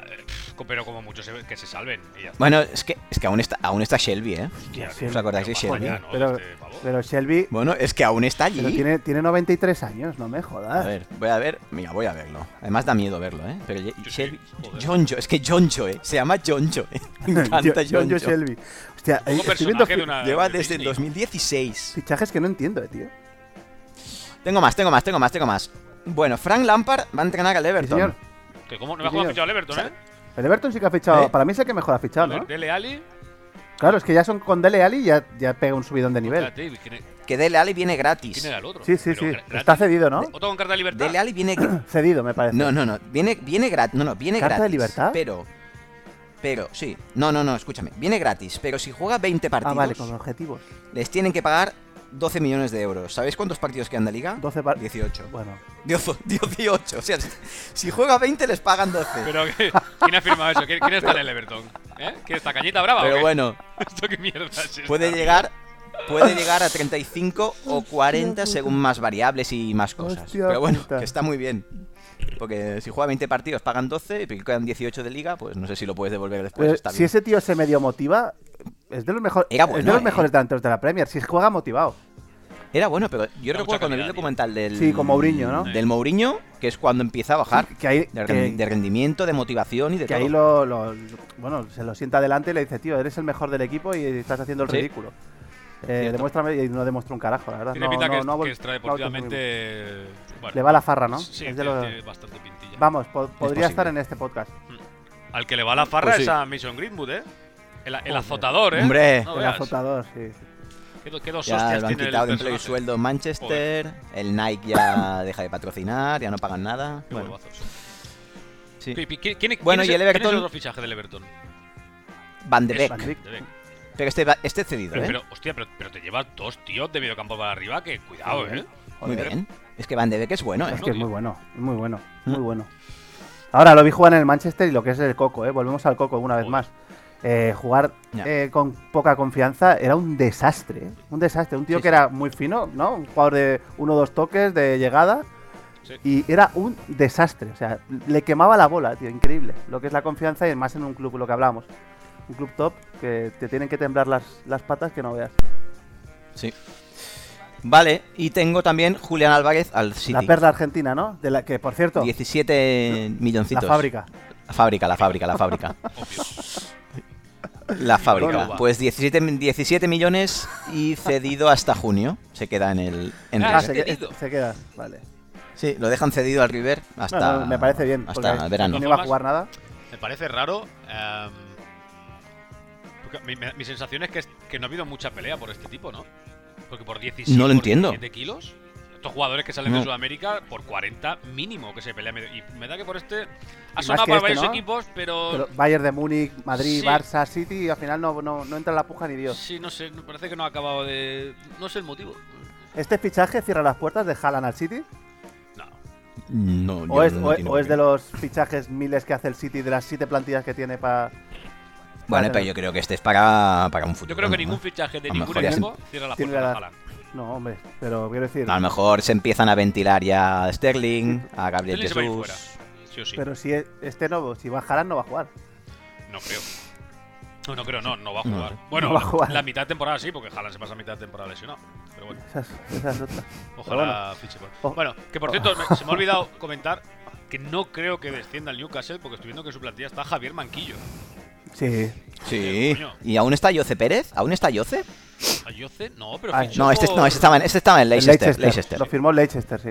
D: A ver, pff, Pero como muchos se- que se salven. y ya está.
A: Bueno, es que, es que aún, está, aún está Shelby, ¿eh?
C: Hostia,
D: ¿Os
C: Shelby.
A: acordáis de
D: Pero
A: Shelby?
D: vaya, ¿no?
C: Pero, eh,
D: Este pavo.
C: pero Shelby
A: Bueno, es que aún está
C: pero
A: allí.
C: tiene, tiene 93 años, no me
A: A
C: jodas.
A: ver, voy a ver. Mira, voy a verlo. Además da miedo verlo, ¿eh? Pero Ye-
D: Sí, sí,
A: Shelby.
D: joder.
A: Joncho, es que Joncho, ¿eh? Se llama Joncho, ¿eh? Me
C: Yo-
A: encanta
C: yo- yo
A: Joncho.
C: Shelby. Hostia, eh,
D: Como
C: estoy viendo
D: personaje de una.
A: Lleva
D: de
A: desde el
D: Disney.
A: 2016.
C: fichajes que no entiendo, eh, tío.
A: Tengo más, tengo más, tengo más, tengo más. Bueno, Frank Lampard va a entrenar al
C: Sí,
A: Everton.
C: señor.
D: Que como no me ha jugado
C: Señor.
D: fichado al Everton, ¿eh?
C: El Everton sí que ha fichado.
A: ¿Eh?
C: Para mí es el que mejor ha fichado, ¿no?
D: Dele Ali.
C: Claro, es que ya son con Dele Ali ya, ya pega un subidón de nivel.
D: Espérate, ¿quién, e-,
A: Que Dele Alli viene gratis.
D: quién era el otro?
C: Sí, sí,
D: Pero
C: sí.
D: gra- gratis. Eh,
C: Está cedido, ¿no?
D: Otro con carta de libertad.
A: Dele Alli viene
C: Cedido, me parece.
A: No, no, no. Viene, viene gratis. No, no, viene
C: ¿Carta de
A: gratis.
C: libertad?
A: Pero. Pero, sí. No, no, no, escúchame. Viene gratis, pero si juega 20
C: ah,
A: partidos,
C: vale, con objetivos.
A: les tienen que pagar 12 millones de euros. ¿Sabéis cuántos partidos quedan de liga?
C: 12 par-
A: 18.
C: Bueno,
A: Diozo- 18. O sea, si- si juega 20, les pagan 12. Pero,
D: Pero que- ¿quién ha firmado eso? ¿Quién, quién está en el Everton? ¿Eh? ¿Quién está? ¿Cañita Brava? o qué?
A: bueno,
D: ¿Esto qué mierda es esta?
A: puede llegar. Puede llegar a 35 o 40
C: puta.
A: según más variables y más cosas.
C: Hostia
A: Pero bueno,
C: puta.
A: que está muy bien. Porque si juega 20 partidos pagan 12 y quedan 18 de liga, pues no sé si lo puedes devolver después.
C: Pero
A: Pues está
C: Eh, si
A: bien.
C: ese tío se medio motiva, es de los, mejor,
A: Era
C: es de
A: bueno,
C: los
A: eh.
C: mejores delanteros de la Premier. Si juega motivado.
A: Era bueno, pero yo
D: Da
A: recuerdo cuando
D: mucha
A: vi el
D: calidad, tío.
A: documental del.
C: Sí, con Mourinho, ¿no?
A: Del Mourinho, que es cuando empieza a bajar.
C: Que ahí,
A: De,
C: que-
A: rendi- de rendimiento, de motivación y de
C: que
A: todo.
C: ahí lo, lo- Bueno, se lo sienta adelante y le dice, tío, eres el mejor del equipo y estás haciendo el
A: Sí.
C: ridículo. Eh,
A: Cierto.
C: demuéstrame y no demuestra un carajo, la verdad.
D: Tiene
C: No,
D: pinta
C: no,
D: que,
C: no ha
D: que
C: vol- no ha vuelto
D: extradeportivamente.
C: a-
D: Bueno,
C: Le va la farra, ¿no?
D: Sí,
C: Es de
D: tiene,
C: los-
D: tiene bastante pintilla.
C: Vamos, po- podría
A: posible.
C: estar en este podcast.
D: Al que le va la farra
A: Pues sí.
D: es a Mason Greenwood, ¿eh? El, el azotador, ¿eh?
A: Hombre.
D: No
C: el
D: veas.
C: azotador, sí.
D: ¿Qué, do- qué dos
A: Ya
D: hostias
A: lo han
D: tiene el
A: quitado de empleo y
D: personaje?
A: sueldo en Manchester. El Nike ya deja de patrocinar, ya no pagan nada.
D: Qué
A: Bueno,
D: huevazos.
A: sí.
D: ¿Qui- qui- ¿Quién, quién,
A: Bueno,
D: es
A: y el
D: ¿quién es
A: Everton-
D: otro fichaje del Everton?
A: Van de
C: Van
A: Beek.
C: de Beek.
D: De Beck.
A: Pero este, va- este cedido,
D: Pero,
A: ¿eh?
D: pero, hostia, pero, pero te llevas dos tíos de mediocampo para arriba, que cuidado, ¿eh?
A: Muy
C: Joder.
A: bien. Es que Van de Beek es bueno, ¿eh?
C: Es que es muy bueno, es muy bueno, muy
A: Mm.
C: bueno. Ahora lo vi jugar en el Manchester y lo que es el Coco, ¿eh? volvemos al Coco una vez
D: Joder.
C: más. Eh, jugar
A: Ya.
C: eh, con poca confianza era un desastre, ¿eh? un desastre. Un tío
A: Sí,
C: que
A: sí.
C: era muy fino, ¿no? Un jugador de uno o dos toques de llegada
D: Sí.
C: y era un desastre. O sea, le quemaba la bola, tío, increíble. Lo que es la confianza y más en un club, lo que hablábamos. Un club top que te tienen que temblar las, las patas que no veas.
A: Sí. Vale, y tengo también Julián Álvarez al City.
C: La perla argentina, ¿no? De la que, por cierto,
A: 17
C: la
A: milloncitos.
C: fábrica.
A: La fábrica, la fábrica, la fábrica.
D: Obvio.
A: La fábrica.
D: Córdoba.
A: Pues 17, mi- 17 millones y cedido hasta junio. Se queda en el. En
D: Ah,
A: River.
C: Ah, se, que-
D: Cedido.
C: se queda, vale.
A: Sí, lo dejan cedido al River hasta.
C: No, no, me parece bien.
A: Hasta
C: porque
A: verano.
C: No iba a jugar nada.
D: Me parece raro. em, porque mi, me- mi sensación es que, es- que no ha habido mucha pelea por este tipo, ¿no? Porque por 17,
A: No lo
D: por
A: entiendo.
D: 17 kilos. Estos jugadores que salen
A: No.
D: de Sudamérica por 40 mínimo que se pelea. medio- Y me da que por este ha
C: más
D: sonado
C: que
D: para
C: este,
D: varios
C: ¿no?
D: equipos, pero,
C: Pero Bayern de Múnich, Madrid,
D: Sí.
C: Barça, City, y al final no, no, no entra en la puja ni Dios.
D: sí, no sé, me parece que no ha acabado de. No sé el motivo.
C: ¿Este fichaje cierra las puertas de Haaland al City?
D: No.
A: No, yo
C: ¿O es,
A: no
C: o-
A: tiene
C: o
A: por
C: es
A: qué.
C: de los fichajes miles que hace el City de las siete plantillas que tiene para.
A: Bueno, pero yo creo que este es para, para un futuro.
D: Yo creo que
A: ¿no?
D: ningún fichaje
A: A
D: de
A: lo
D: ningún
A: mejor ya
D: equipo cierra la
C: tiene
D: puerta a
C: la-
D: Haaland.
C: No, hombre, pero quiero decir.
A: A lo mejor se empiezan a ventilar ya a Sterling, a Gabriel
D: Sterling se va a ir fuera.
A: Jesús.
D: Sí o sí.
C: Pero si e- este no, si va a Haaland, no va a jugar.
D: No creo. No, no creo, no, no va a
A: No.
D: jugar. Bueno,
C: No va a
D: la-
C: jugar.
D: la mitad de temporada sí, porque Haaland se pasa mitad de temporada lesionado. Pero bueno,
C: Esa es, esa es otra.
D: ojalá fiche por-
A: Oh.
C: O-
D: Bueno, que por cierto, me- se me ha olvidado comentar que no creo que descienda el Newcastle porque estoy viendo que en su plantilla está Javier Manquillo.
C: Sí.
A: Sí.
D: Eh, Coño.
A: ¿Y aún está Yoce Pérez? ¿Aún está Yoce?
D: Ayoce, no, pero
C: Ay,
D: fichó
A: No, este, no,
D: por-
A: este estaba en, este estaba en
C: El
A: Leicester.
C: Leicester.
A: Leicester.
C: Lo firmó Leicester, sí.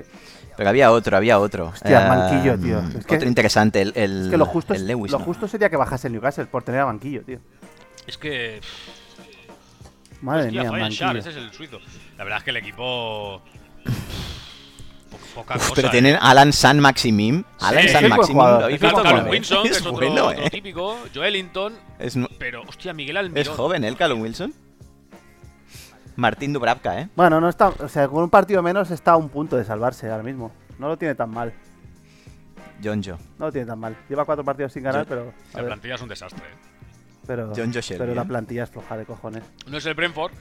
A: Pero había otro, había otro.
C: Hostia,
A: Eh,
C: Manquillo, tío.
A: mm,
C: Es que-
A: otro interesante, el, el,
C: Es que lo justo,
A: el
C: es-
A: Lewis.
C: lo
A: ¿no?
C: justo sería que bajase el Newcastle por tener a banquillo, tío.
D: Es que. pff,
C: Madre
D: hostia,
C: mía,
D: Fabian Schär,
C: banquillo.
D: ese es el suizo. La verdad es que el equipo. po- Poca
A: Uf,
D: cosa.
A: pero
D: ¿eh?
A: tienen Alan San Maximim. Alan
D: Sí.
A: San
D: Sí,
C: buen
A: Maximim.
C: jugador.
A: lo habéis
C: Sí,
D: Claro,
A: visto
D: Callum
A: alguna vez?
D: Wilson, que es,
A: ¿eh? es
D: otro,
A: bueno,
D: otro
A: ¿eh?
D: típico. Joelinton.
A: Es, nu-
D: Pero, hostia, Miguel Almirón.
A: es joven, ¿eh, el Callum Wilson? Martín Dubravka, ¿eh?
C: Bueno, no está, o sea, con un partido menos está a un punto de salvarse ahora mismo. No lo tiene tan mal.
A: Jonjo.
C: No lo tiene tan mal. Lleva cuatro partidos sin ganar,
A: Yo-
C: pero. a
D: La
C: ver,
D: plantilla es un desastre. ¿eh?
C: pero,
A: John Joe Shelby,
C: pero
A: ¿eh?
C: la plantilla es floja de cojones.
D: No es el Brentford.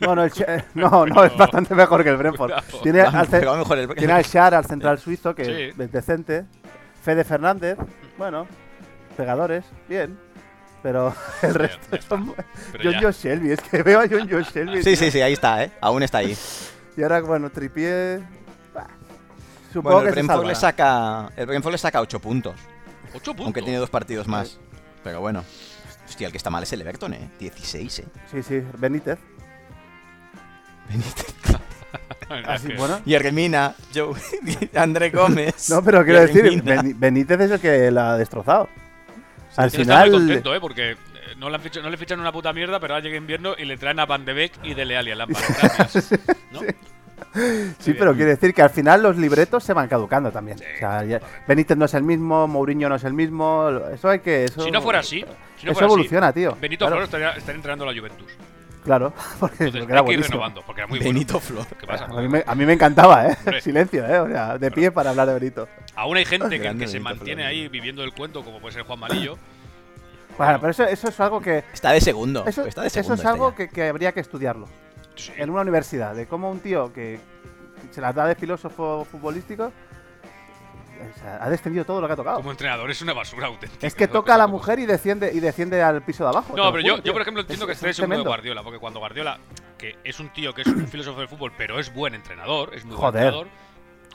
C: No, no, el Sh- no, no, es bastante mejor que el Brentford.
D: Cuidado.
C: Tiene al, ce-
A: Pero a lo mejor el-
C: tiene al Shar, al central suizo, que
D: Sí.
C: es decente. Fede Fernández, bueno, pegadores, bien. Pero el
D: Ya,
C: resto
D: ya está.
C: son-
D: Pero
C: John
D: ya.
C: Joe Shelby, es que veo a John Joe Shelby.
A: Sí,
C: tío.
A: sí, sí, ahí está, ¿eh? Aún está ahí.
C: Y ahora, bueno, tripié. bah, Supongo
A: Bueno, el
C: que se
A: Brentford le
C: salvará.
A: saca. El Brentford le saca 8 puntos.
D: Ocho puntos.
A: Aunque tiene dos partidos más. Pero bueno. Hostia, el que está mal es el Everton, ¿eh? 16, ¿eh?
C: Sí, sí, Benítez.
D: Ah,
C: Así, Ah, bueno.
A: Yermina, Joe, André Gómez.
C: No, pero quiero decir,
A: Yermina.
C: Beni- Benítez es el que la ha destrozado. Al
D: Tiene que estar muy
C: final,
D: contento, ¿eh? Porque eh, no le, han fichado- no le fichan una puta mierda, pero ahora llega invierno y le traen a Van de Beek y Dele Alli al Lampard. Gracias. ¿No?
C: sí,
D: bien.
C: pero quiero decir que al final los libretos se van caducando también. O sea, ya- Benítez no es el mismo, Mourinho no es el mismo. Eso hay que. Eso,
D: Si no fuera así, si
C: eso
D: no fuera así,
C: evoluciona, tío.
D: Benito
C: claro,
D: Flores estaría, estaría entrenando a la Juventus.
C: Claro, porque,
D: Entonces,
C: porque era
D: hay que ir
C: buenísimo.
D: renovando, porque era muy
A: Benito Flor.
D: bueno. ¿Qué pasa?
C: A mí, me, a mí me encantaba, ¿eh?
D: Hombre.
C: Silencio, ¿eh? O sea, de pie para hablar de Benito.
D: Aún hay gente que,
A: Grande
D: que se
A: Benito
D: mantiene
A: Flores.
D: ahí viviendo el cuento, como puede ser Juan Malillo.
C: Bueno, pero eso, eso es algo que.
A: Está de segundo.
C: Eso,
A: está de
C: eso
A: segundo
C: es
A: este
C: algo
A: ya.
C: que, que habría que estudiarlo.
D: Sí.
C: En una universidad, de cómo un tío que se las da de filósofo futbolístico o sea, ha descendido todo lo que ha tocado.
D: Como entrenador es una basura auténtica.
C: Es que
D: ¿no?
C: toca a la
D: Como-
C: mujer y desciende, y desciende al piso de abajo. te
D: No,
C: lo
D: pero
C: juro,
D: yo,
C: tío.
D: yo, por ejemplo, entiendo que
C: Es-
D: esté de
C: es
D: segundo de
C: tremendo.
D: Guardiola, porque cuando Guardiola, que es un tío que es un filósofo del fútbol, pero es buen entrenador, es muy buen
C: Joder.
D: entrenador,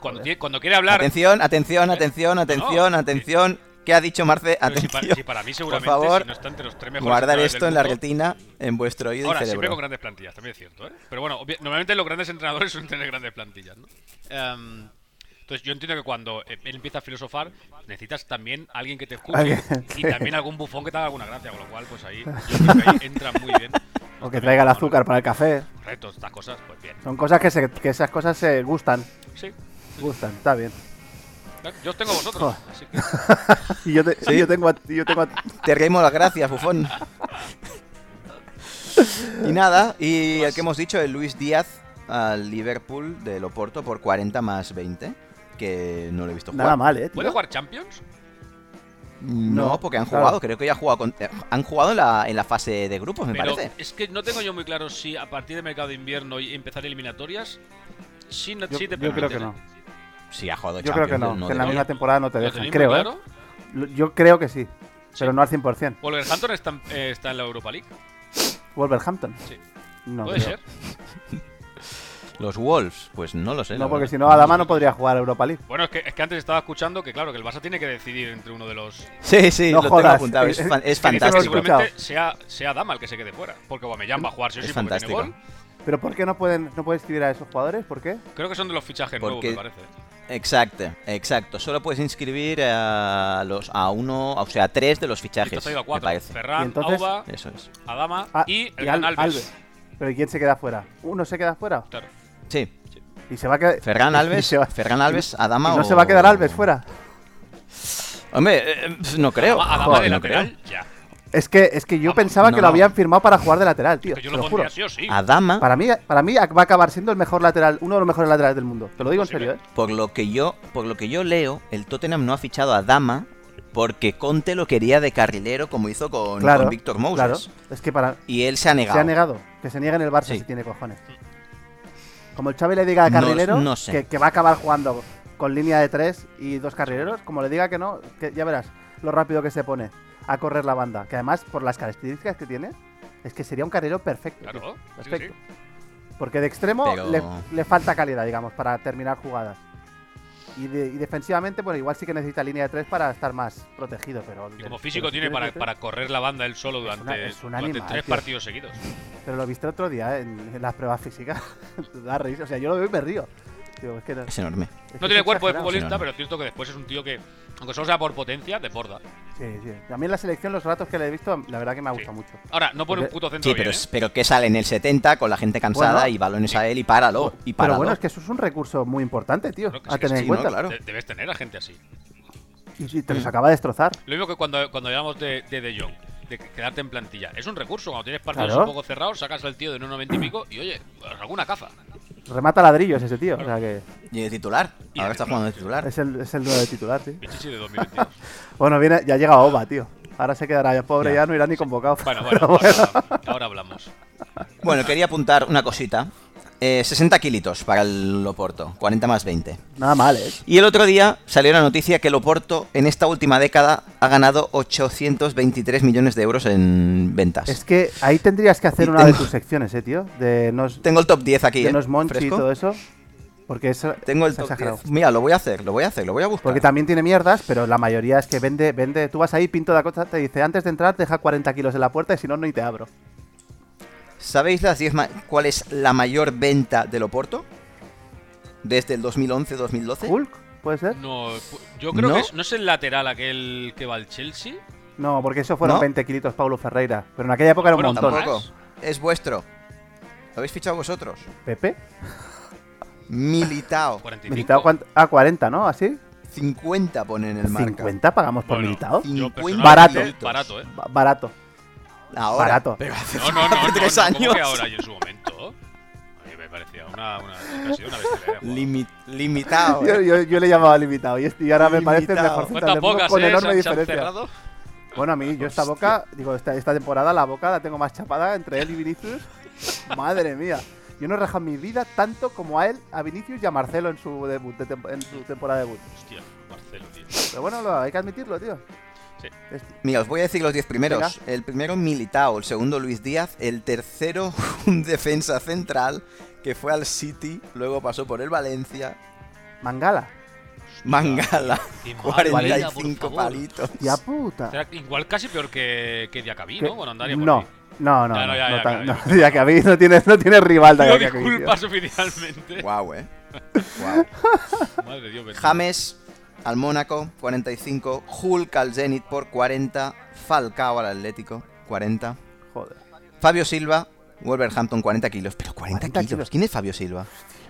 D: cuando,
C: Joder.
D: tiene- cuando quiere hablar. Eh,
A: Atención, atención, atención, atención,
D: no.
A: atención. ¿Qué ha dicho Marce?
D: pero si, pa- si
A: Atención.
D: para mí, seguramente,
A: favor,
D: si no está entre los tres mejores.
A: Guardar
D: entrenadores
A: esto
D: del
A: en la
D: mundo-
A: retina, en vuestro oído
D: Ahora,
A: y
D: siempre con
A: cerebro.
D: grandes plantillas, también es cierto, ¿eh? Pero bueno, obvia- normalmente los grandes entrenadores suelen tener grandes plantillas, ¿no? Em, entonces yo entiendo que cuando eh, él empieza a filosofar, necesitas también alguien que te escuche
C: Alguien, sí.
D: y también algún bufón que te haga alguna gracia, con lo cual, pues ahí, yo creo que ahí entra muy bien.
C: O que traiga el
D: Bueno,
C: azúcar para el café.
D: Retos, estas cosas, pues bien.
C: Son cosas que, se, que esas cosas se gustan.
D: Sí,
C: Gustan, está bien.
D: claro, yo os tengo a vosotros,
C: Joder.
D: así que
C: Y yo, te- y yo tengo a, y yo tengo a-
A: Te reímos las gracias, bufón. y nada, y el que hemos dicho, el Luis Díaz al Liverpool de Loporto por 40 más 20. Que no lo he visto jugar.
C: Nada mal, eh. tío.
D: ¿puede jugar Champions?
A: No,
C: No,
A: porque han
C: claro.
A: jugado, creo que ya han jugado, con- eh, han jugado en la, en la fase de grupos, me
D: Pero
A: parece.
D: es que no tengo yo muy claro si a partir de mercado de invierno y empezar eliminatorias, si, no-
C: Yo,
D: si te
C: yo creo que
D: permiten,
C: no.
D: ¿eh?
A: Sí, ha jugado
C: Yo creo
A: Champions,
C: que no. que en la
A: debería.
C: misma temporada no te
D: ¿Lo
C: dejan,
D: tenéis muy
C: creo, eh.
D: claro?
C: Lo- Yo creo que sí. Pero no al 100%.
D: Wolverhampton está, en- eh, está en la Europa League.
C: Wolverhampton.
D: Sí.
C: No,
D: Puede
C: creo.
D: ser.
A: Los Wolves, pues no lo sé. la
C: No, porque
A: verdad.
C: si no, Adama no podría jugar a Europa League.
D: Bueno, es que, es que antes estaba escuchando que, claro, que el Barça tiene que decidir entre uno de los.
A: Sí, sí,
C: No
A: lo tengo
C: jodas.
A: apuntado. Es, fan- es
C: Es que dice lo
D: Que
A: fantástico.
C: escuchado.
D: seguramente sea, sea Dama el que se quede fuera. Porque Guamellán va a jugar, sí o
A: Es
D: sí, porque tiene
A: fantástico.
D: gol.
C: Pero ¿por qué no pueden no puedes escribir a esos jugadores? ¿Por qué?
D: Creo que son de los fichajes
A: Porque-
D: nuevos, me parece. ¿eh?
A: Exacto, exacto. Solo puedes inscribir a los a uno, o sea, a tres de los
D: Esto
A: fichajes.
D: ha ido a
A: Me
D: cuatro:
A: parece.
D: Ferran,
C: Y entonces- eh,
D: Auba,
A: Eso es.
D: Adama
C: Ah,
D: y el
C: Al-
D: gran Alves.
C: Alves. Pero ¿y quién se queda fuera? ¿Uno se queda fuera?
D: Claro.
A: Sí.
C: Y se va a quedar.
A: Ferran Alves,
C: se va-
A: Ferran Alves, Adama
C: ¿Y no
A: o-
C: se va a quedar Alves fuera?
A: Hombre, eh, no creo.
D: Adama, Adama
A: Joder,
D: de
A: no
D: lateral, ya.
C: Es que, es que yo
D: Vamos,
C: pensaba
A: no,
C: que
A: no.
C: lo habían firmado para jugar de lateral, tío.
D: Que yo
C: te
D: lo
C: lo juro.
D: pondría sí o sí.
A: creo. Adama,
C: Para mí, para mí va a acabar siendo el mejor lateral, uno de los mejores laterales del mundo. Te lo digo en
D: Posible.
C: serio, ¿eh?
A: por lo que yo, por lo que yo leo, el Tottenham no ha fichado a Adama porque Conte lo quería de carrilero como hizo con,
C: Claro.
A: con Víctor Moses.
C: Claro. Es que para.
A: Y él se ha negado.
C: Se ha negado. Que se niegue en el Barça
A: Sí.
C: si tiene cojones. Como el Xavi le diga a
A: No-
C: carrilero
A: no sé.
C: que, que va a acabar jugando con línea de tres y dos carrileros, como le diga que no, que ya verás lo rápido que se pone a correr la banda. Que además, por las características que tiene, es que sería un carrilero perfecto. tío.
D: Claro, sí, sí.
C: Perfecto. Porque de extremo
A: Pero-
C: le, le falta calidad, digamos, para terminar jugadas. Y, de- y defensivamente, bueno, igual sí que necesita línea de tres para estar más protegido, pero...
D: Y
C: de-
D: como físico
C: pero si
D: tiene
C: línea
D: para,
C: de tres-
D: para correr la banda él solo durante,
C: una- es un
D: durante
C: animal,
D: tres
C: tío.
D: partidos seguidos.
C: Pero lo viste otro día ¿eh? en, en las pruebas físicas. da risa. O sea, yo lo veo y me río. Digo, es que no, es
A: Es enorme.
D: No tiene cuerpo de
C: futbolista.
D: futbolista,
A: Sí, no.
D: pero es cierto que después es un tío que, aunque solo sea por potencia, desborda.
C: Sí, sí. A mí en la selección los ratos que le he visto, la verdad que me ha gustado mucho.
D: Ahora, no pone un
C: Porque-
D: puto centro
A: Sí, pero,
D: bien, ¿eh?
A: es- pero que sale en el 70 con la gente cansada
C: Bueno.
A: y balones a él y páralo. Y
C: Pero
A: páralo.
C: bueno, es que eso es un recurso muy importante, tío,
D: Claro que
C: a
D: sí, que
C: tener
A: sí,
C: en
A: ¿no?
C: cuenta.
A: Claro.
D: De- Debes tener a gente así.
C: Y, y te los acaba de destrozar.
D: Lo mismo que cuando, cuando hablamos de, de De Jong, de que- quedarte en plantilla. Es un recurso, cuando tienes partidos
C: Claro.
D: un poco cerrados, sacas al tío de un 90 y pico y oye, alguna caza.
C: Remata ladrillos ese tío. O sea que
A: Y de titular.
D: Y de
A: Ahora está
D: titular.
A: jugando de titular.
C: es el, es el nuevo titular, tío.
D: Pichichi de 2022.
C: Bueno, viene, ya llega Oba, tío. Ahora se quedará ya pobre,
A: Ya.
C: ya no irá ni convocado.
D: Bueno, bueno,
C: Pero
D: ahora, hablamos, ahora hablamos.
A: Bueno, quería apuntar una cosita. Eh, 60 kilitos para el Loporto, 40 más 20.
C: Nada mal, eh.
A: Y el otro día salió la noticia que el Oporto en esta última década ha ganado 823 millones de euros en ventas.
C: Es que ahí tendrías que hacer
A: Y
C: una de
A: tengo-
C: tus secciones, eh, tío. De nos,
A: Tengo el top 10 aquí,
C: de
A: ¿eh?
C: nos Monchi y
A: Fresco.
C: todo eso. Porque eso
A: Tengo el
C: es
A: top
C: exagerado.
A: 10. Mira, lo voy a hacer, lo voy a hacer, lo voy a buscar.
C: Porque también tiene mierdas, pero la mayoría es que vende, vende. Tú vas ahí, pinto la cosa, te dice, antes de entrar, deja 40 kilos en la puerta y si no, no y te abro.
A: ¿Sabéis las 10 ma- cuál es la mayor venta del Oporto? Desde el 2011-2012.
C: ¿Hulk? ¿Puede ser?
D: No, pu- yo creo
A: No.
D: que es, no es el lateral aquel que va al Chelsea.
C: No, porque eso fueron
A: ¿No?
C: 20 kilitos Paulo Ferreira. Pero en aquella época era un
D: Bueno,
C: montón.
A: Tampoco.
D: ¿Más?
A: Es vuestro. ¿Lo habéis fichado vosotros?
C: ¿Pepe?
A: Militao.
D: 45.
C: ¿Militado cuánto? Ah, 40, ¿no? ¿Así?
A: 50 ponen el marca.
C: 50 pagamos por
D: Bueno,
C: militado.
A: sí.
D: yo
A: 50
D: personalmente,
A: Barato.
D: Barato, ¿eh?
C: Ba- Barato.
A: Ahora.
C: Barato.
A: Pero hace,
D: No, no, no,
A: hace
D: no,
A: tres
D: no, ¿cómo
A: años.
D: que ahora y en su momento? A mí me parecía una, una, casi una bestialidad, guau.
A: Limi- limitado.
C: Yo,
A: ¿eh?
C: yo- yo le llamaba limitado y, este- y ahora me parece el
A: Limitado.
C: mejor central
D: Cuenta
C: del mundo
D: pocas,
C: con
D: ¿eh?
C: enorme
D: Se han- se han
C: diferencia.
D: cerrado.
C: Bueno, a mí, yo esta boca, digo, esta, esta temporada la boca la tengo más chapada entre él y Vinicius. Madre mía. Yo no he rajado mi vida tanto como a él, a Vinicius y a Marcelo en su debut, de tem- en su temporada debut.
D: Hostia, Marcelo, tío.
C: Pero bueno, lo- hay que admitirlo, tío.
D: Sí.
C: Es-
A: Mira, os voy a decir los 10 primeros. El primero Militao, el segundo Luis Díaz, el tercero un defensa central que fue al City, luego pasó por el Valencia,
C: Mangala.
A: Mangala,
D: Qué mala vida, por
A: 45
D: favor.
A: palitos.
C: Tía puta.
D: O sea, igual casi peor que, que Diacabí,
C: Que-
D: ¿no? Bueno, andaría por
C: no,
D: ahí.
C: no, no,
D: Ya, no,
C: no,
D: ya,
C: no
D: ya,
C: tan-
D: ya,
C: no, ya que a mí no tienes, no tienes rival. ya
D: Pido
C: que a mí, tío.
D: disculpas oficialmente.
A: Guau, eh. Guau.
D: Madre de Dios, bendito.
A: James al Mónaco, 45. Hulk al Zenit por 40. Falcao al Atlético, 40.
C: Joder.
A: Fabio Silva, Wolverhampton, 40 kilos. Pero 40,
C: 40
A: kilos.
C: kilos.
A: ¿Quién es Fabio Silva?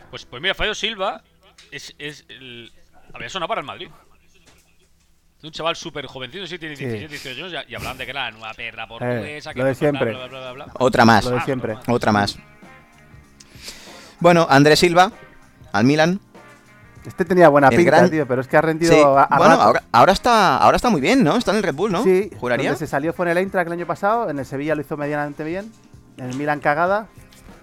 D: Pues, pues mira, Fabio Silva es, es el... Había sonado para el Madrid. Es un chaval súper jovencito, sí, tiene
C: Sí. Eh,
D: 17, 18 años, y, y hablaban de que era la nueva perra portuguesa, que
C: lo de
D: bla, bla, bla,
C: siempre.
D: bla, bla, bla, bla.
A: Otra más.
C: Lo de
D: Ah,
C: siempre.
A: Otra más. Bueno, Andrés Silva al Milan.
C: Este tenía buena
A: El
C: pinta,
A: gran-
C: tío, pero es que ha rendido
A: Sí.
C: a, a
A: bueno,
C: ratos.
A: ahora, ahora está, ahora está muy bien, ¿no? Está en el Red Bull, ¿no?
C: Sí,
A: ¿Juraría?
C: donde se salió fue en el Eintracht el año pasado, en el Sevilla lo hizo medianamente bien, en el Milan cagada.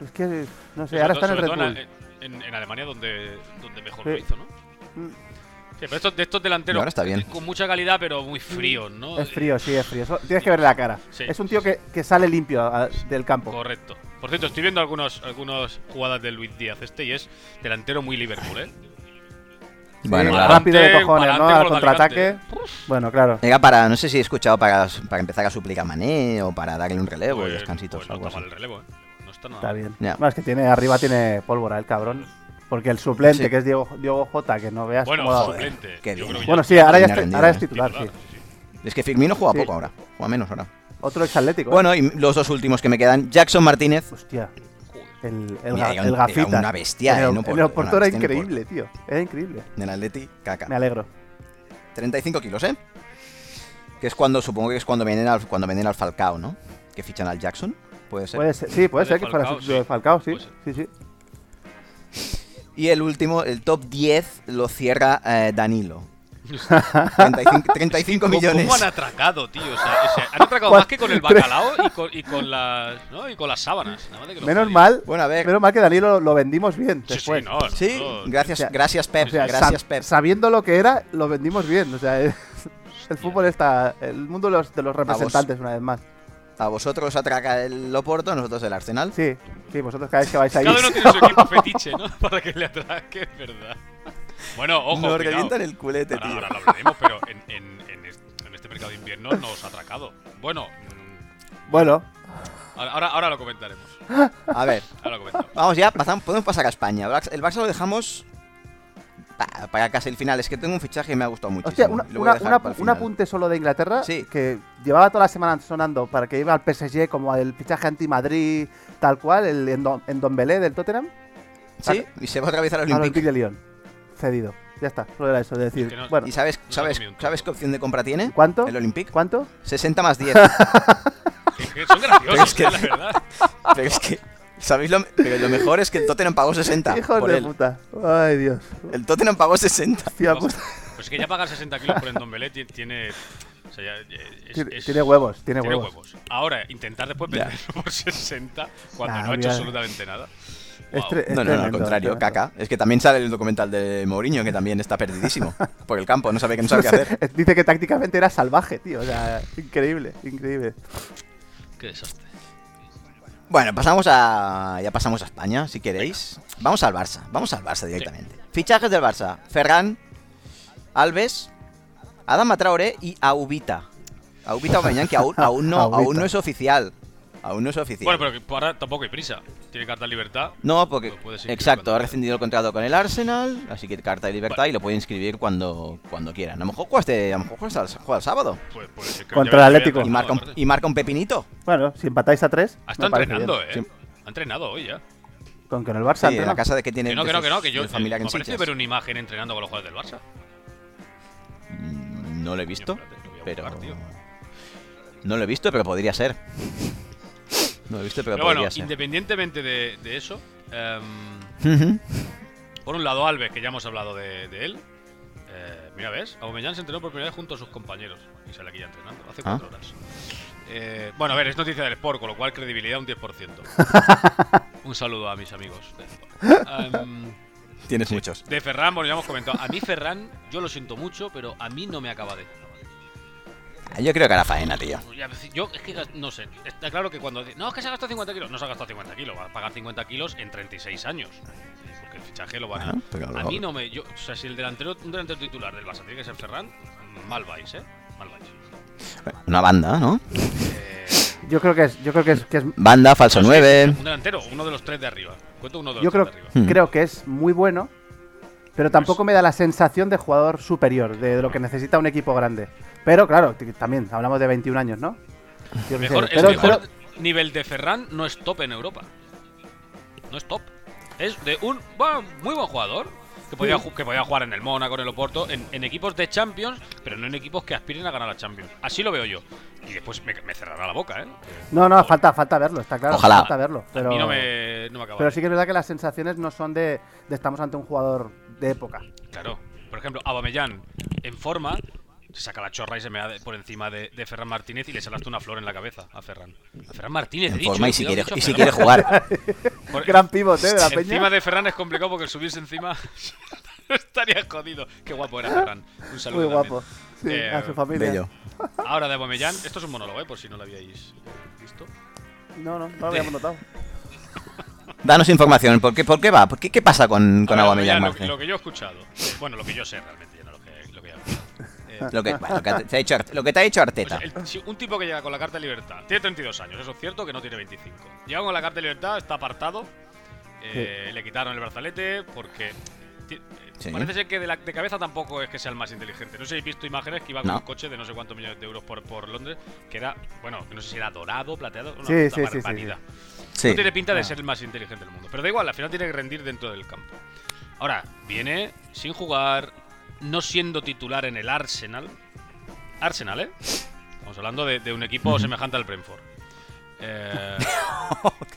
C: Es que, no sé,
D: Sobre
C: ahora
D: todo-
C: está en el
D: sobre
C: Red
D: todo en-
C: Bull.
D: En, en Alemania, donde, donde mejor
C: Sí.
D: lo hizo, ¿no?
C: Mm.
D: Sí, pero estos, de estos delanteros
A: Y ahora está bien.
D: con mucha calidad, pero muy fríos, ¿no?
C: Mm. Es frío, sí, es frío. Eso- tienes que verle la cara.
D: Sí,
C: es un
D: sí,
C: tío
D: sí.
C: que, que sale limpio a- del campo.
D: Correcto. Por cierto, estoy viendo algunos, algunos jugadas de Luis Díaz este y es delantero muy Liverpool, ¿eh?
A: Bueno,
C: Sí,
A: claro.
D: ahora-
C: rápido de
D: Pa'lante,
C: cojones, ¿no?
D: pa'lante
C: Al
D: con los
C: contraataque. Bueno, claro.
A: Era para, no sé si he escuchado, para, para empezar a suplicar Mané o para darle un relevo
D: Pues-
A: y descansitos.
D: pues no
A: algo
D: está mal
A: así.
D: el relevo, ¿eh? No está nada.
C: Está bien.
A: Ya.
C: Bueno, es que tiene, arriba tiene pólvora el cabrón. Porque el suplente,
A: Sí.
C: que es Diego, Diego Jota, que no veas
D: Bueno,
C: cómo da-
A: joder,
D: suplente.
A: qué bien.
D: Yo creo que ya
C: Bueno,
D: es
C: sí, ahora ya
A: Tiene
C: es,
A: rendido,
C: ahora es
A: ¿eh?
C: titular, sí.
D: sí, sí.
A: Es que Firmino juega
C: Sí.
A: poco ahora, juega menos ahora.
C: Otro exatlético. ¿eh?
A: Bueno, y los dos últimos que me quedan, Jackson Martínez.
C: Hostia,
D: Joder.
C: el, el,
A: Mira, era
C: ga- el
A: un- era
C: gafita.
A: una bestia,
C: El-
A: eh, no
C: el
A: por-
C: aeropuerto
A: una
C: era
A: bestia, no por-
C: increíble, tío. Era increíble.
A: Del Atleti, caca.
C: Me alegro.
A: 35 kilos, ¿eh? Que es cuando, supongo que es cuando venden al, cuando venden al Falcao, ¿no? Que fichan al Jackson, puede ser.
C: Puede ser, sí, puede
D: de
C: ser que fuera
D: Falcao,
C: sustituto de
D: sí. Pues,
C: Falcao, sí.
D: Puede ser.
C: Sí, sí.
A: Y el último, el top 10, lo cierra eh, Danilo. 35, 35 millones.
D: ¿Cómo han atracado, tío? O sea, o sea, han atracado más que con el bacalao y con, y con las, ¿no? y con las sábanas. Nada más de que los
C: Menos
D: judíos.
C: mal,
A: Bueno, a ver.
C: menos mal que Dani lo, lo vendimos bien
D: eh. Sí, sí,
C: después.
D: no, no,
A: Sí,
D: no.
A: gracias,
C: O sea,
A: gracias Pep,
C: O sea,
A: gracias
C: sab-
A: Pep.
C: sabiendo lo que era, lo vendimos bien. O sea, es- el fútbol está. El mundo de los, de los representantes, una vez más.
A: A vosotros os atraca el Oporto, a nosotros el Arsenal.
C: Sí, sí, vosotros cada vez que vais ahí.
D: Cada uno tiene su equipo fetiche, ¿no? Para que le atraque, es verdad. Bueno, ojo,
A: Nos
D: cuidado.
A: revientan el
C: este
A: culete,
D: ahora,
A: tío.
D: ahora lo hablaremos, pero en, en- en es- en este mercado de invierno nos ha atracado. Bueno, mm,
C: Bueno,
D: ahora, ahora, ahora lo comentaremos.
A: A ver,
D: Ahora lo comentamos.
A: vamos ya, pasamos, podemos pasar a España. Barça- El Barça lo dejamos pa- para casi el final. Es que tengo un fichaje que me ha gustado mucho.
C: hostia, una- una- una- un apunte solo de Inglaterra
A: Sí.
C: que llevaba toda la semana sonando para que iba al PSG como el fichaje anti-Madrid, tal cual, el en Don Belé del Tottenham,
A: Sí, y se va otra vez al
C: al Olympique
A: Olympique.
C: de Lyon. Cedido. Ya está, solo era eso de decir.
D: que no-
C: bueno,
A: ¿Y sabes,
D: No
A: sabes,
D: comí un trozo.
A: sabes qué opción de compra tiene?
C: ¿Cuánto?
A: El Olympique.
C: ¿Cuánto?
A: 60 más 10.
D: Que Son graciosos,
A: Es que-
D: eh, la verdad.
A: Pero es que, ¿sabéis lo, pero lo mejor es que el Tottenham pagó 60
C: Hijos
A: por
C: de
A: él.
C: puta. Ay, Dios.
A: El Tottenham pagó 60.
C: Hostia, pues,
D: Pues es que ya pagar 60 kilos por Endombelé ti- tiene... O sea, ya, eh, es-
C: tiene,
D: es-
C: tiene huevos, tiene,
D: tiene
C: huevos.
D: huevos. Ahora, intentar después
A: Ya.
D: venderlo por 60 cuando
C: Nah,
D: no ha hecho
C: mira.
D: absolutamente nada.
C: Es
D: Guau.
C: tre- es
A: No, no, no, al
C: tremendo,
A: contrario,
C: tremendo.
A: caca. Es que también sale el documental de Mourinho, que también está perdidísimo por el campo, no sabe, que no sabe qué hacer.
C: Dice que tácticamente era salvaje, tío. O sea, increíble, increíble.
D: Qué desastre.
A: Bueno, pasamos a. Ya pasamos a España, si queréis. Vamos al Barça, vamos al Barça directamente. Fichajes del Barça: Ferran, Alves, Adama Traoré y Aubita. Aubita Omeñán, que aún, aún no,
C: Aubita.
A: aún no es oficial. Aún no es oficial.
D: Bueno, pero que ahora tampoco hay prisa. Tiene carta de libertad.
A: No, porque.
D: Lo puedes inscribir
A: Exacto,
D: cuando
A: ha
D: quieras.
A: rescindido el contrato con el Arsenal, así que carta de libertad y lo puede inscribir cuando, cuando quiera. A lo mejor juega, este- a lo mejor juega el, juega el sábado
D: Pues, puede ser que
C: Contra
D: ya-
C: el
D: ya
C: Atlético.
D: haya
A: y marca, un,
D: entrenado,
A: y marca un pepinito.
C: Bueno, si empatáis a tres.
D: aparte. Ah, está
C: me parece
D: entrenando,
C: bien.
D: eh.
A: Sí.
D: Ha entrenado hoy ya.
C: Con que en el
A: Sí,
C: Barça.
A: en
C: entrena.
A: eh, la casa de que tiene.
D: Que no,
A: de
D: que no,
A: sus-
D: que no, que yo. eh,
A: de familia que
D: me
A: en
D: parece
A: Sitges.
D: ver una imagen entrenando con los jugadores del Barça.
A: Mm, No lo he visto,
D: Espérate, lo voy a
A: pero.
D: buscar, tío.
A: No lo he visto, pero podría ser. No lo he visto, pero,
D: Pero
A: podría
D: bueno,
A: ser.
D: independientemente de, de eso, em,
A: Ujú.
D: por un lado Alves, que ya hemos hablado de, de él. Eh, mira, ves, Aubameyang se entrenó por primera vez junto a sus compañeros. Y sale aquí ya entrenando, hace
A: Ah.
D: cuatro horas. Eh, bueno, a ver, es noticia del Sport, con lo cual credibilidad un 10%. un saludo a mis amigos. del Sport. Em,
A: Tienes muchos.
D: De Ferran, bueno, ya hemos comentado. A mí Ferran, yo lo siento mucho, pero a mí no me acaba de...
A: Ah, Yo creo que hará faena, tío.
D: Ya, Yo es que no sé. Está claro que cuando... dice, No, es que se ha gastado 50 kilos. No se ha gastado 50 kilos. Va a pagar 50 kilos en 36 años. Porque el fichaje lo van a...
A: Ajá, pero
D: A
A: luego-
D: mí no me... Yo, o sea, si el delantero, un delantero titular del Barça tiene que ser Ferran, mal vais, ¿eh? Mal vais.
A: Una banda, ¿no?
D: Eh,
C: Yo creo que es. Yo creo que es. Que es
A: Banda, falso
D: no sé,
A: 9.
D: Un delantero, uno de los tres de arriba. Cuento uno de los
C: yo creo,
D: tres de arriba.
A: Hmm.
C: creo que es muy bueno. Pero tampoco me da la sensación de jugador superior, de, de lo que necesita un equipo grande. Pero claro, t- también hablamos de 21 años, ¿no? Yo qué
D: Mejor,
C: sé,
D: el
C: pero-
D: mejor
C: pero-
D: nivel de Ferran no es top en Europa. No es top. Es de un buen- muy buen jugador que podía, ju- que podía jugar en el Mónaco, en el Oporto, en, en equipos de Champions, pero no en equipos que aspiren a ganar la Champions. Así lo veo yo. Y después me, me cerrará la boca, ¿eh?
C: no, no, falta, falta verlo, está claro.
A: Ojalá.
C: Falta verlo. Pero,
D: a mí no me, no me acaba.
C: pero
D: de-
C: sí que es verdad que las sensaciones no son de, de estamos ante un jugador de época.
D: Claro. Por ejemplo, Abamellán en forma se saca la chorra y se me da de- por encima de, de Ferran Martínez y le salaste una flor en la cabeza a Ferran. A Ferran Martínez, he
A: En
D: dicho,
A: forma y si
D: cuidado, he
A: quiere,
D: dicho
A: y si
D: Ferran.
A: quiere jugar.
D: Por-
C: Gran pivote de la
D: encima
C: peña.
D: de Ferran es complicado porque el subirse encima estaría jodido. Qué guapo era Ferran. Un saludo.
C: Muy
D: también.
C: guapo. Sí,
D: Eh,
C: a su familia.
A: Bello.
D: Ahora de Bomellán, esto es un monólogo, ¿eh? por si no lo habíais visto.
C: No, no, no lo habíamos notado.
A: Danos información. ¿Por qué, por qué va? ¿Por qué, ¿Qué pasa con, con
D: A ver,
A: Aubameyang,
D: Aubameyang,
A: Marce?
D: lo, lo que yo he escuchado. eh, Bueno, lo que yo sé realmente, ya no lo que, lo que he escuchado. Eh,
A: Lo que, bueno, lo que te- te ha hecho, Arte- lo que te ha hecho
D: o sea,
A: Arteta.
D: el- si un tipo que llega con la carta de libertad, tiene 32 años, eso es cierto que no tiene 25. Llega con la carta de libertad, está apartado, eh, le quitaron el brazalete porque... ti- eh,
A: Sí.
D: Parece ser que de, la- de cabeza tampoco es que sea el más inteligente. No sé si habéis visto imágenes que iba con
A: No.
D: un coche de no sé cuántos millones de euros por, por Londres, que era, bueno, no sé si era dorado, plateado, una
C: Sí, sí,
D: puta
C: sí, sí, sí.
D: barbaridad.
A: Sí. Ah.
D: No tiene pinta de ser el más inteligente del mundo. Pero da igual, al final tiene que rendir dentro del campo. Ahora, viene sin jugar, no siendo titular en el Arsenal. Arsenal, ¿eh? Estamos hablando de, de un equipo semejante al Brentford. Eh,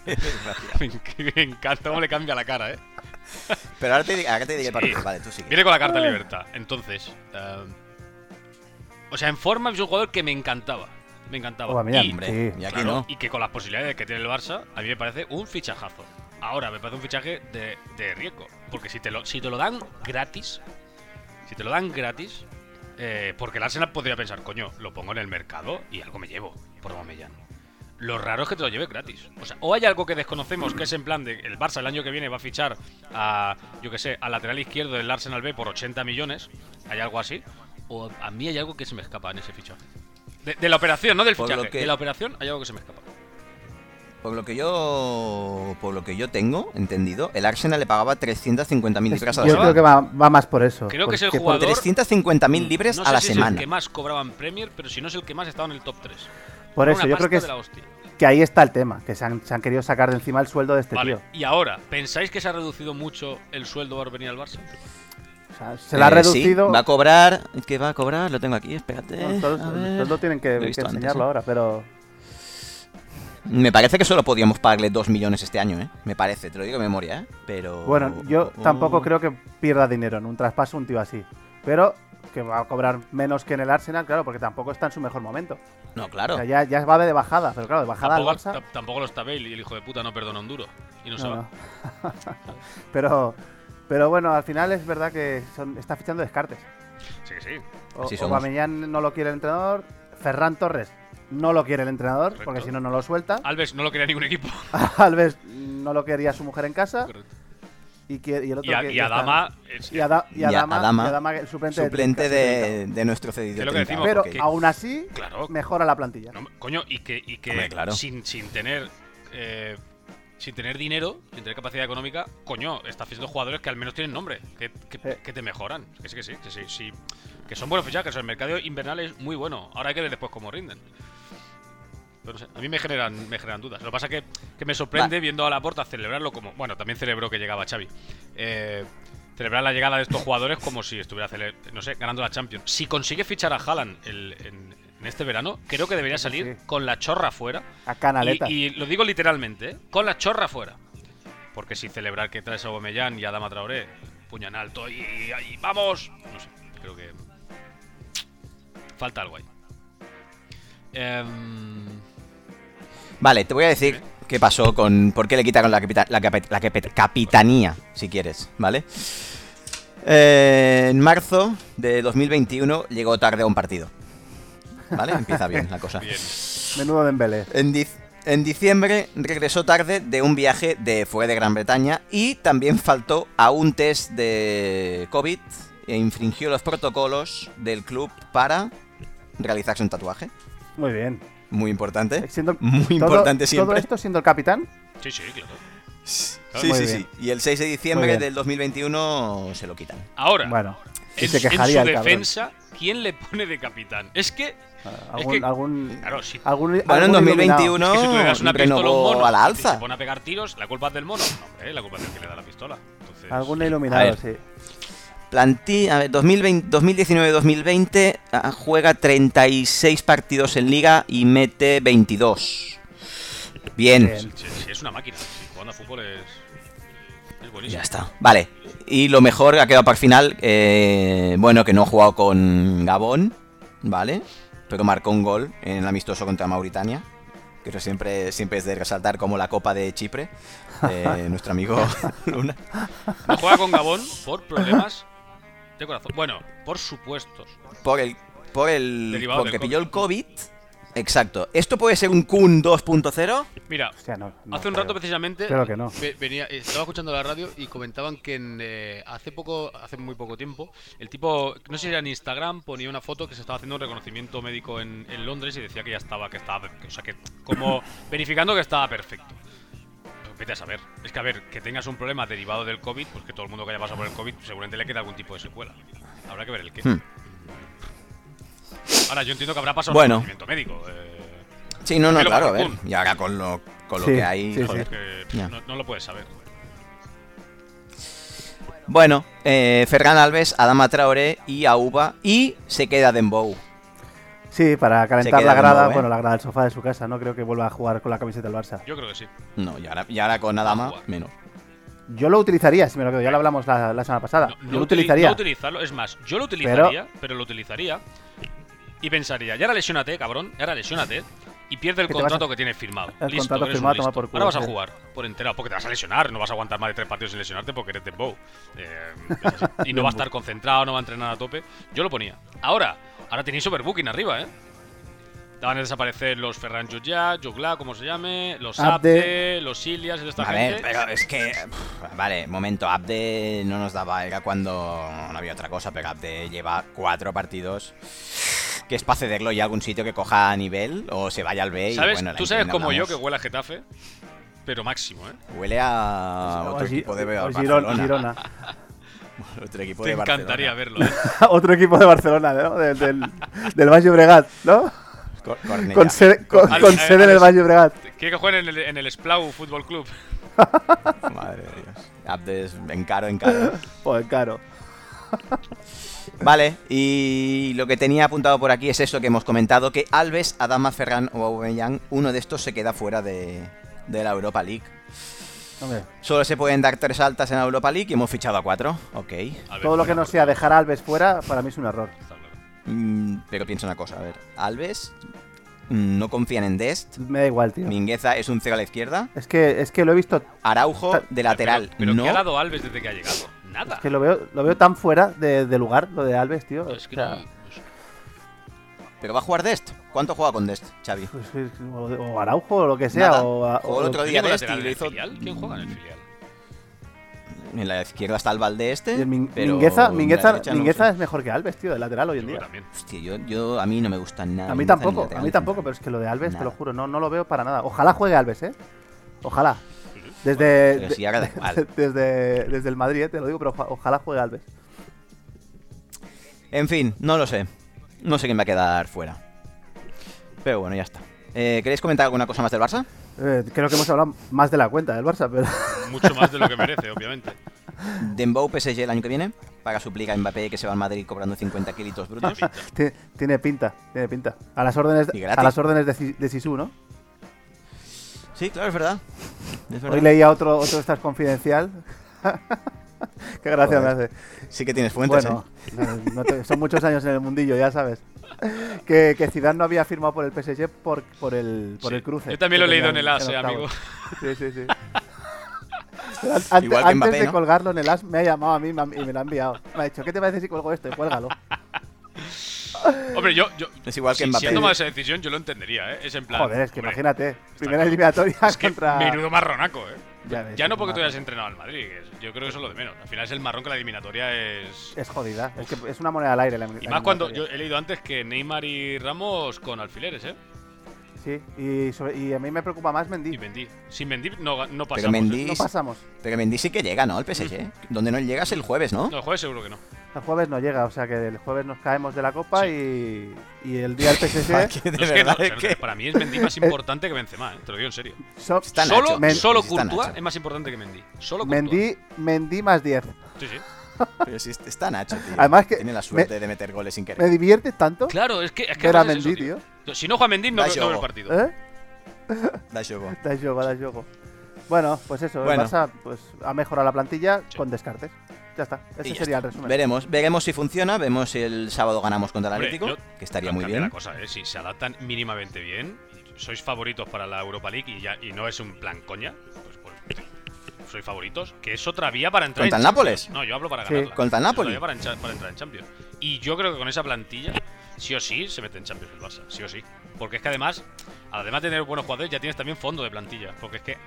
D: me, enc- me encanta cómo le cambia la cara, ¿eh?
A: Pero ahora te, di- ahora te diré el
D: Sí.
A: partido. Vale, tú sigue.
D: Viene con la carta de libertad. Entonces, eh, O sea, en forma es un jugador que me encantaba. Me encantaba.
C: Buah, mira,
D: y,
A: Hombre,
C: Sí.
A: y aquí
D: claro,
A: no.
D: y que con las posibilidades que tiene el Barça, a mí me parece un fichajazo. Ahora, me parece un fichaje de, de riesgo. Porque si te, lo, si te lo dan gratis, si te lo dan gratis, eh, porque el Arsenal podría pensar, coño, lo pongo en el mercado y algo me llevo por Aubameyang. Lo raro es que te lo lleve gratis. O sea, o hay algo que desconocemos, que es en plan de el Barça el año que viene va a fichar a, yo que sé, al lateral izquierdo del Arsenal B por 80 millones. Hay algo así. O a mí hay algo que se me escapa en ese fichaje. De, de la operación, no del
A: Por lo
D: fichaje.
A: que-
D: De la operación hay algo que se me escapa.
A: Por lo que yo por lo que yo tengo entendido, el Arsenal le pagaba 350.000 libras a la
D: Yo
C: Yo creo que
A: semana.
C: va, va más por eso.
D: Creo que es el
C: porque-
D: jugador-
A: 350.000 libras
D: no sé
A: a la
D: si es el
A: semana.
D: que más cobraba en Premier, pero si no es el que más estaba en el top 3.
C: Por eso, yo creo que, es- este que ahí está el tema, que se han, se han querido sacar de encima el sueldo de este
D: Vale,
C: tío.
D: y ahora, ¿pensáis que se ha reducido mucho el sueldo por venir al Barça?
C: O sea, se la ha
A: Eh, sí,
C: reducido.
A: va a cobrar. ¿Qué va a cobrar? Lo tengo aquí, espérate.
C: No, todos-
A: a ver.
C: el sueldo tienen que,
A: Lo he
C: que
A: visto antes,
C: enseñarlo
A: ¿eh?
C: ahora, pero.
A: Me parece que solo podíamos pagarle 2 millones este año, ¿eh? Me parece, te lo digo de memoria, ¿eh? Pero.
C: Bueno, yo tampoco
D: Mm.
A: Oh.
C: creo que pierda dinero en un traspaso un tío así. Pero que va a cobrar menos que en el Arsenal, claro, porque tampoco está en su mejor momento.
A: No,
C: O
A: claro.
C: sea, ya, ya va de bajada, pero claro, de bajada al
D: Tampoco,
C: Barça.
D: ta- tampoco lo está Bale y el hijo de puta no perdona un duro. Y no, se
C: no,
D: va.
C: no. pero, pero bueno, al final es verdad que son, está fichando descartes.
D: Sí, sí.
C: O,
A: Así somos.
C: Aubameyang no lo quiere el entrenador. Ferran Torres no lo quiere el entrenador,
D: Correcto. Ah.
C: porque si no, no lo suelta.
D: Alves no lo quería ningún equipo.
C: Alves no lo quería su mujer en casa.
D: Correcto.
C: Y, quiere- y el otro
D: Y a,
C: que-
D: y a
C: está-
D: Dama. es-
C: Y Ada- y
A: Y a
C: Adama,
A: Adama,
C: y Adama, el suplente, de
A: Suplente
C: Trincao, sí,
A: de, de nuestro cedido.
D: Que lo que
A: Trincao,
D: decimos,
C: Pero
A: ok.
C: aún así,
D: Ah, Claro.
C: mejora la plantilla.
D: No, coño, y que, y que
A: Hombre, claro.
D: sin, sin tener. eh, sin tener dinero, sin tener capacidad económica, coño, estás fichando jugadores que al menos tienen nombre, que, que-
C: Sí.
D: que te mejoran. Que sí, que sí, que sí, sí. Que son buenos fichajes, el mercado invernal es muy bueno. Ahora hay que ver después cómo rinden. Pero no sé, a mí me generan, me generan dudas. Lo que pasa que, que me sorprende viendo a la porta celebrarlo como. Bueno, también celebró que llegaba Xavi. Eh, celebrar la llegada de estos jugadores como si estuviera cele- no sé, ganando la Champions. Si consigue fichar a Haaland el- en, en este verano, creo que debería salir
C: sí.
D: con la chorra fuera.
C: A canaleta.
D: Y, y lo digo literalmente, ¿eh? con la chorra fuera. Porque si celebrar que traes a Bomellán y a Dama Traoré, puñal en alto y, y- y vamos. No sé, creo que. Falta algo ahí. Em,
A: Vale, te voy a decir qué pasó con. ¿Por qué le quitaron la, capita- la, capet- la capet- capitanía, si quieres, ¿vale? Eh, en marzo de 2021 llegó tarde a un partido. ¿Vale? Empieza bien la cosa.
D: bien.
C: Menudo Dembélé.
A: En, dic- en diciembre regresó tarde de un viaje de fuera de Gran Bretaña y también faltó a un test de COVID e infringió los protocolos del club para realizarse un tatuaje.
C: Muy bien.
A: Muy importante.
C: Eh, Siendo-
A: Muy
C: todo-
A: importante
C: Todo
A: siempre.
C: esto siendo el capitán.
D: Sí, sí, claro.
A: Sí,
C: Muy
A: sí,
C: bien.
A: sí. Y el 6 de
C: Muy
A: diciembre
C: bien.
A: del 2021 se lo quitan.
D: Ahora,
C: Bueno, si
D: en,
C: se
D: en
C: quejaría
D: su
C: el cabrón. Ah,
D: defensa, ¿quién le pone de capitán? Es que,
C: Algún,
D: que-
C: algún,
D: claro, si,
C: algún-
A: Bueno, en
C: algún
A: 2021
C: Ah,
D: es que si tú le das una pistola a un
A: renovó
D: mono
A: a la
D: y se
A: alza.
D: pone a pegar tiros, la culpa es del mono. No, hombre, la culpa es del que le da la pistola. Entonces,
C: iluminado. Algún
A: A
C: iluminado,
A: ver.
C: sí.
A: Plantí, a ver, 2020 2019-2020 ah, juega 36 partidos en liga y mete 22. Bien,
C: Bien.
D: si- si es una máquina. Si jugando a fútbol es, es buenísimo.
A: ya está. Vale, y lo mejor ha quedado para el final, eh, bueno, que no ha jugado con Gabón, ¿vale? Pero marcó un gol en el amistoso contra Mauritania. Que eso siempre, siempre es de resaltar como la Copa de Chipre. eh, nuestro amigo Luna.
D: No juega con Gabón por problemas de corazón. Bueno, por supuestos.
A: Por el. Por el.
D: Derivado
A: porque
D: del
A: pilló el COVID. Exacto. ¿Esto puede ser un Kun 2.0?
D: Mira,
C: Hostia, no, no
D: hace un
C: creo.
D: rato precisamente
C: Creo que no.
D: ve- venía, eh, estaba escuchando la radio y comentaban que en, eh, hace poco, hace muy poco tiempo, el tipo, no sé si era en Instagram, ponía una foto que se estaba haciendo un reconocimiento médico en, en Londres y decía que ya estaba, que estaba, o sea que como verificando que estaba perfecto. Pues Vete a saber. Es que a ver, que tengas un problema derivado del COVID, pues que todo el mundo que haya pasado por el COVID seguramente le queda algún tipo de secuela. Habrá que ver el qué.
A: Hmm.
D: Ahora, yo entiendo que habrá pasado
A: Bueno.
D: un reconocimiento médico. eh,
A: Sí, no, no,
D: Pero
A: claro, a
D: porque
A: ver. Y ahora con lo, con lo
C: Sí,
A: que hay.
C: sí, sí.
A: joder.
D: que, pff,
A: Ya.
D: no, no lo puedes saber.
A: Bueno, eh, Ferran Alves, Adama Traoré y Auba. Y se queda Dembow.
C: Sí, para calentar
A: queda
C: la grada,
A: como, ¿eh?
C: bueno, la grada del sofá de su casa. No creo que vuelva a jugar con la camiseta del Barça.
D: Yo creo que sí.
A: No, y ahora, y ahora con Adama,
D: Jugar.
A: menos.
C: Yo lo utilizaría, si me lo quedo. Ya lo hablamos la, la semana pasada.
D: No,
C: yo
D: no
C: lo
D: utili-
C: utilizaría.
D: no utilizarlo, es más, yo lo utilizaría, pero, lo utilizaría y pensaría, y ahora lesiónate, cabrón, y ahora lesiónate. Y pierde el
C: Que te vas
D: contrato
C: a-
D: que tienes firmado.
C: el
D: Listo,
C: contrato
D: eres un
C: firmado,
D: listo.
C: toma por culo,
D: Ahora vas a
C: sí.
D: jugar por enterado, porque te vas a lesionar, no vas a aguantar más de tres partidos sin lesionarte porque eres de Bow. Eh, yo qué sé. y no va a estar concentrado, no va a entrenar a tope. Yo lo ponía. Ahora, ahora tenéis overbooking arriba, ¿eh? Van a desaparecer los Ferran ya, Jogla, como se llame, los
C: Abde.
D: Abde, los Ilias, esta
A: A
D: gente.
A: ver, pero es que. pf, vale, momento, Abde no nos daba, era cuando no había otra cosa, pero Abde lleva cuatro partidos. Que es para cederlo ya a algún sitio que coja nivel o se vaya al B. Y,
D: ¿Sabes?
A: bueno, la
D: Tú sabes
A: interna
D: como yo que
A: hablamos.
D: huele a Getafe, pero máximo, ¿eh?
A: Huele a
C: O
A: Ah, otro
C: Gi-
A: equipo de
C: o
A: Barcelona.
C: Girona. Girona.
A: Otro equipo
D: Te
A: de Barcelona.
D: encantaría verlo, ¿eh?
C: Otro equipo de Barcelona, ¿no? Del, del, del Valle Bregat, ¿no?
A: Cor- Cornellá.
C: Con sede, con,
D: Al-
C: con
D: al-
C: sede en el
D: al-
C: Valle Bregat.
D: Quiero que jueguen en el, en el Splau Fútbol Club.
A: Madre de Dios. Abde es encaro, encaro.
C: Joder, caro.
A: Vale, y lo que tenía apuntado por aquí es eso que hemos comentado, que Alves, Adama, Ferran o Aubameyang, uno de estos se queda fuera de, de la Europa League.
C: Hombre,
A: Solo se pueden dar tres altas en la Europa League y hemos fichado a cuatro, ok.
D: A ver,
C: todo lo que
D: bueno,
C: no sea dejar a Alves fuera, para mí es un error.
D: está claro.
A: Mm, pero piensa una cosa, a ver, Alves mm, no confían en Dest,
C: Me da igual, tío.
A: Mingueza es un cero a la izquierda,
C: Es que, es que lo he visto,
A: Araujo
C: Está-
A: de lateral,
D: Pero, pero
A: no,
D: ¿qué ha dado Alves desde que ha llegado? Nada.
C: que lo veo, lo veo tan fuera de, de lugar, lo de Alves, tío.
D: Es que
C: O sea,
D: no- no sé.
A: pero va a jugar Dest. ¿Cuánto juega con Dest, Xavi?
C: pues es- o, o Araujo, o lo que sea.
A: Nada.
C: O,
A: O el otro
D: ¿Quién
A: día este, Dest
D: juega
A: y
D: lateral en
A: lo
D: el
A: hizo...
D: filial? ¿Quién juega en
A: mm,
D: el filial?
A: En la izquierda está el Valde
C: y
A: este,
C: el Min-
A: pero
C: Mingueza,
A: en la
C: Mingueza-
A: derecha no
C: Mingueza
A: sé.
C: es mejor que Alves, tío, de lateral hoy
D: Yo
C: en
D: creo
C: día.
D: que también.
A: Hostia, yo, yo- a mí no me gusta nada.
C: A
A: ni
C: mí
A: Mingueza ni
C: tampoco, a
A: lateral,
C: mí
A: ni
C: tampoco, pero
A: central.
C: es que lo de Alves, te lo
A: Nada.
C: juro, no, no lo veo para nada. Ojalá juegue Alves, ¿eh? Ojalá. Desde,
A: Pero sí, ahora da igual.
C: desde, desde el Madrid, ¿eh? te lo digo, pero oja- ojalá juegue Alves.
A: En fin, no lo sé. No sé quién va a quedar fuera. Pero bueno, ya está. Eh, ¿Queréis comentar alguna cosa más del Barça?
C: Eh, creo que hemos hablado más de la cuenta del Barça, pero
D: Mucho más de lo que merece, obviamente.
A: Dembow PSG el año que viene. Paga su plica a Mbappé que se va al Madrid cobrando 50 kilitos brutos.
D: Ah,
C: ti- tiene pinta, tiene pinta. A las órdenes,
A: Y gratis.
C: a las órdenes de, Si- de Sisu, ¿no?
A: Sí, claro, es verdad. Es verdad.
C: Hoy leía otro, otro Estás Confidencial. Qué gracia me
A: Joder.
C: hace.
A: Sí que tienes fuentes,
C: bueno,
A: ¿eh?
C: no- no te- son muchos años en el mundillo, ya sabes. Que, que Zidane no había firmado por el PSG por, por, el, por
D: Sí.
C: el cruce.
D: Yo también lo he
C: que
D: leído
C: tenía
D: en el As, eh,
C: octavos.
D: amigo.
C: Sí, sí, sí. Pero an- ante-
A: Igual que
C: antes
A: Mbappé,
C: de
A: ¿no?
C: colgarlo en el As, me ha llamado a mí y me ha- y me lo ha enviado. Me ha dicho, ¿qué te parece si cuelgo esto? Y cuélgalo.
D: Hombre, yo. yo
A: ¿eh? Es igual que
D: si, si
A: Mbappé.
D: ha tomado esa decisión, yo lo entendería, ¿eh? Es en plan.
C: Joder, es que
D: hombre,
C: imagínate. Primera
D: claro.
C: eliminatoria
D: es que
C: contra.
D: Menudo marronaco, ¿eh?
C: Ya ves,
D: Ya no
C: es
D: porque
C: una-
D: tú hayas entrenado al Madrid. que es- Yo creo que eso es lo de menos. Al final es el marrón que la eliminatoria es.
C: Es jodida. Es que es una moneda al aire la
D: Y más cuando yo he leído antes que Neymar y Ramos con alfileres, ¿eh?
C: Sí, y, sobre- y a mí me preocupa más
D: Y
C: Mendy.
D: Mendy. Sin Mendy no, ga- no pasamos. ¿eh?
A: Pero Mendy,
C: No pasamos.
A: pero Mendy sí que llega, ¿no? Al PSG. ¿eh? Donde no llegas el jueves, ¿no?
D: ¿eh? No, el jueves seguro que no.
C: El jueves no llega, o sea que el jueves nos caemos de la copa y, y el día del PSG.
A: Que de
D: No, es que
A: verdad
D: no,
A: es
D: o
A: que-
D: sea, Para mí es Mendy más importante que Benzema, ¿eh? te lo digo en serio.
C: so-
A: Está Nacho.
D: Solo,
C: Men-
D: solo
A: Está
D: Courtois
A: Nacho.
D: es más importante que Mendy. Solo Courtois.
C: Mendy, Mendy más 10.
D: Sí, sí.
A: Pero sí está Nacho, tío.
C: Además que
A: Tiene la
C: me-
A: suerte de meter goles sin
C: Me
A: querer.
C: divierte tanto
D: Claro, es que es que
C: ver a
D: además es
C: Mendy,
D: eso,
C: tío.
D: tío. Si no juega Mendy no,
A: Da
D: no veo el
A: juego.
D: partido.
C: ¿Eh?
A: Da juego.
C: Da juego, da juego. Bueno, pues eso,
A: Bueno.
C: el Barça pues, ha mejorado la plantilla
D: Sí.
C: con descartes. Ya está, ese
A: Y ya está.
C: sería el resumen.
A: Veremos, veremos si funciona, vemos si el sábado ganamos contra el
D: Hombre,
A: Atlético,
D: yo-
A: que estaría
D: Cambia
A: muy bien.
D: La cosa, ¿eh? Si se adaptan mínimamente bien, sois favoritos para la Europa League y, ya, y no es un plan coña, pues, pues, sois favoritos, que es otra vía para entrar
A: ¿Contra
D: en
A: el Nápoles?
D: Champions. No, yo hablo para
C: Sí.
D: ganarla.
A: ¿Contra el
D: Es otra
A: Nápoles?
D: vía para, encha- para entrar en Champions. Y yo creo que con esa plantilla, sí o sí, se mete en Champions el Barça, sí o sí. Porque es que además, además de tener buenos jugadores, ya tienes también fondo de plantilla. Porque es que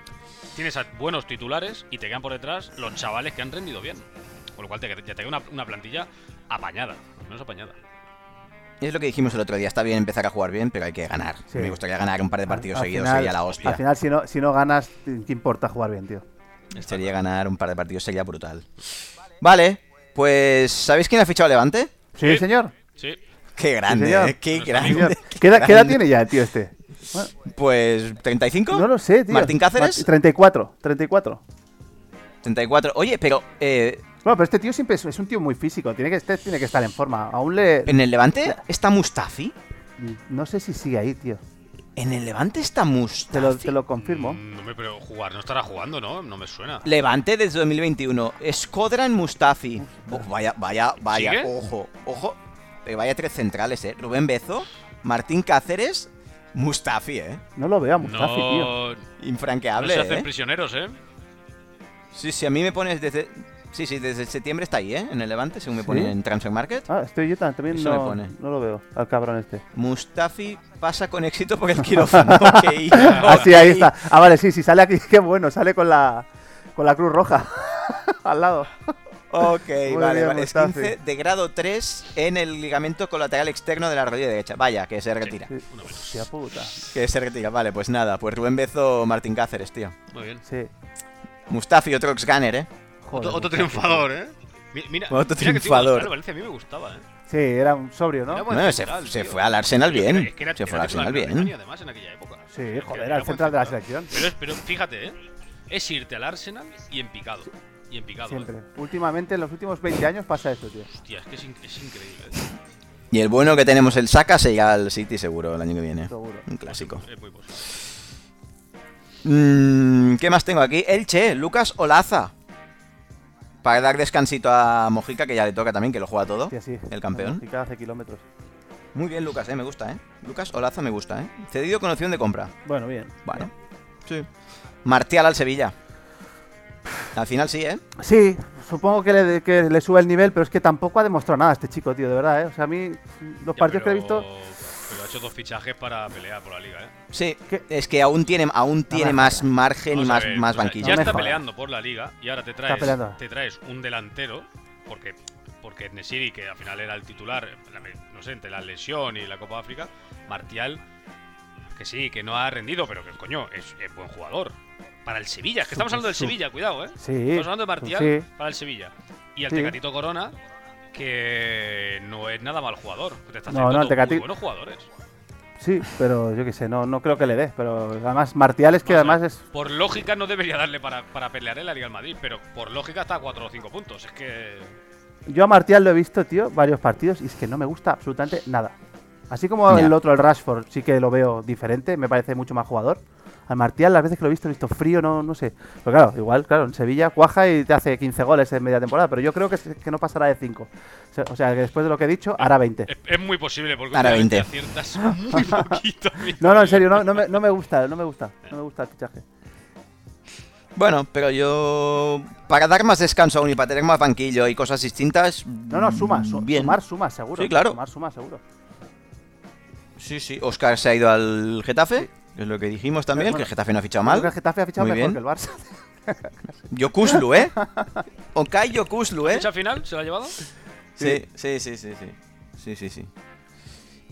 D: tienes a buenos titulares y te quedan por detrás los chavales que han rendido bien. Con lo cual te, ya te queda una, una plantilla apañada, al menos apañada.
A: Es lo que dijimos el otro día, está bien empezar a jugar bien, pero hay que ganar.
C: Sí.
A: Me gustaría ganar un par de partidos
C: Al- al
A: seguidos,
C: final-
A: sería la
C: Al
A: hostia.
C: final, si no, si no ganas, ¿qué importa jugar bien, tío?
A: Sería ganar un par de partidos, sería brutal. Vale, pues ¿sabéis quién ha fichado a Levante?
C: Sí,
D: Sí.
C: señor.
D: Sí,
A: Qué grande,
C: señor.
A: eh, qué
D: Nuestro
A: grande.
C: señor.
A: qué
C: ¿Qué, edad, qué edad
A: grande.
C: tiene ya el tío este? Bueno,
A: Pues 35?
C: no lo sé, tío.
A: Martín Cáceres,
C: Mart- 34, 34.
A: 34. Oye, pero eh,
C: Bueno, pero este tío siempre es, es un tío muy físico. Tiene que, este tiene que estar en forma. Aún le.
A: en el Levante está Mustafi.
C: No sé si sigue ahí, tío.
A: En el Levante está Mustafi.
C: Te lo, te lo confirmo.
D: Mm, No me pero jugar, no estará jugando, ¿no? No me suena.
A: Levante desde 2021. Escodran Mustafi. Oh, vaya, vaya, vaya.
D: ¿Sigue?
A: Ojo, ojo. eh, vaya tres centrales, ¿eh? Rubén Bezo, Martín Cáceres, Mustafi, ¿eh?
C: No lo veo a Mustafi, tío.
D: No, no
A: Infranqueable,
D: se hacen
A: ¿eh?
D: prisioneros, ¿eh?
A: Sí, sí, a mí me pones desde... Sí, sí, desde septiembre está ahí, ¿eh? En el Levante, según me
C: ¿Sí?
A: ponen en Transfer Market.
C: Ah, estoy yo tan- también
A: Eso me
C: no,
A: pone.
C: no lo veo al cabrón este.
A: Mustafi pasa con éxito por el quirófano. ok,
D: Ah,
C: Así, ahí
A: ok.
C: está. Ah, vale, sí, sí, sale aquí. Qué bueno, sale con la, con la Cruz Roja al lado.
A: Ok, vale,
C: bien,
A: vale.
C: Mustafi.
A: Esguince de grado 3 en el ligamento colateral externo de la rodilla derecha. Vaya, que se retira.
C: Sí.
D: Una menos.
C: Hostia puta.
A: Que se retira. Vale, pues nada. Pues Rubén Bezo, Martín Cáceres, tío.
D: Muy bien.
C: Sí.
A: Mustafi, otro ex-gunner, ¿eh?
C: Joder,
D: otro, otro
C: Mustafi.
D: triunfador, ¿eh? Mi- Mira,
A: Otro
D: mira que tío,
A: triunfador.
D: claro, Valencia a mí me gustaba, ¿eh?
C: Sí, era un sobrio, ¿no?
D: Era buen
A: Bueno, se,
D: central,
A: se
D: tío.
A: fue al Arsenal
D: Pero
A: bien.
D: es que era-
A: se
D: era
A: fue al
D: titular
A: Arsenal
D: de Alemania,
A: bien.
D: además, en aquella época.
C: Sí,
D: Es que
C: joder, era el
D: buen
C: central de la
D: central.
C: selección.
D: Pero, pero fíjate, ¿eh? Es irte al Arsenal y en picado. Y en picado. ¿eh?
C: Siempre. Últimamente, en los últimos 20 años pasa esto, tío.
D: Hostia, es que es, in- es increíble. ¿eh?
A: Y el bueno que tenemos el Saka se irá al City seguro el año que viene.
C: Seguro.
A: Un clásico.
D: Es muy posible.
A: Mm, ¿Qué más tengo aquí? Elche, Lucas Olaza. Para dar descansito a Mojica, que ya le toca también, que lo juega todo.
C: Hostia, sí.
A: El campeón.
C: Cada hace kilómetros.
A: Muy bien, Lucas, eh, me gusta, ¿eh? Lucas Olaza me gusta, ¿eh? Cedido con opción de compra.
C: Bueno, bien.
A: Bueno. Sí. Martial al Sevilla. Al final sí, ¿eh?
C: Sí, supongo que le, que le sube el nivel, pero es que tampoco ha demostrado nada este chico, tío, de verdad, ¿eh? O sea, a mí los
D: Ya,
C: partidos que
D: pero-
C: he visto...
D: Pero ha hecho dos fichajes para pelear por la liga, ¿eh?
A: Sí,
C: ¿Qué?
A: es que aún tiene, aún tiene
C: me
A: más margen y
D: Vamos a
A: más,
D: ver,
A: más
D: o sea,
A: banquillo.
D: Ya
C: No me
D: está
C: jodas.
D: peleando por la liga y ahora te
C: peleando.
D: traes, te traes un delantero, porque, porque Nesiri, que al final era el titular, la- no sé, entre la lesión y la Copa de África, Martial, que sí, que no ha rendido, pero que coño, es, es buen jugador. Para el Sevilla, es que estamos hablando del
C: su-
D: Sevilla, cuidado, ¿eh?
C: Sí.
D: Estamos hablando de Martial
C: Sí.
D: para el Sevilla. Y el
C: Sí.
D: Tecatito Corona, que no es nada mal jugador. Te estás
C: No, no,
D: trayendo
C: el Tecati-
D: muy buenos jugadores.
C: Sí, pero yo qué sé, no, no creo que le dé. Pero además, Martial es que
D: Vamos a
C: además
D: ver,
C: es.
D: Por lógica no debería darle para, para pelear en la Liga al Madrid, pero por lógica está a 4 o 5 puntos. Es que.
C: Yo a Martial lo he visto, tío, varios partidos y es que no me gusta absolutamente nada. Así como
A: Ya.
C: el otro, el Rashford, sí que lo veo diferente, me parece mucho más jugador. Al Martial, las veces que lo he visto, lo he visto frío, no, no sé. Pero claro, igual, claro, en Sevilla cuaja y te hace 15 goles en media temporada, pero yo creo que, se- que no pasará de 5. O sea, que después de lo que he dicho, hará 20.
D: Es, es muy posible porque
A: Ahora
D: últimamente
A: 20.
D: aciertas muy poquito. amigo.
C: No, no, en serio, no, no, me, no me gusta, no me gusta, no me gusta el fichaje.
A: Bueno, pero yo. Para dar más descanso aún y para tener más banquillo y cosas distintas. mm,
C: No, no, suma, su-
A: bien.
C: sumar, suma, seguro.
A: Sí, claro.
C: Sumar, suma, seguro.
A: Sí, sí. Oscar se ha ido al Getafe. Es lo que dijimos también,
C: Bueno,
A: que el Getafe no ha fichado
C: Yo creo
A: mal.
C: que el Getafe ha fichado
A: Muy
C: mejor
A: bien.
C: que el Barça.
A: Yokuslu, ¿eh? Okai Yokuslu, ¿eh?
D: ¿Fecha final? ¿Se la ha llevado?
A: Sí, sí, sí, sí, sí. Sí, sí, sí.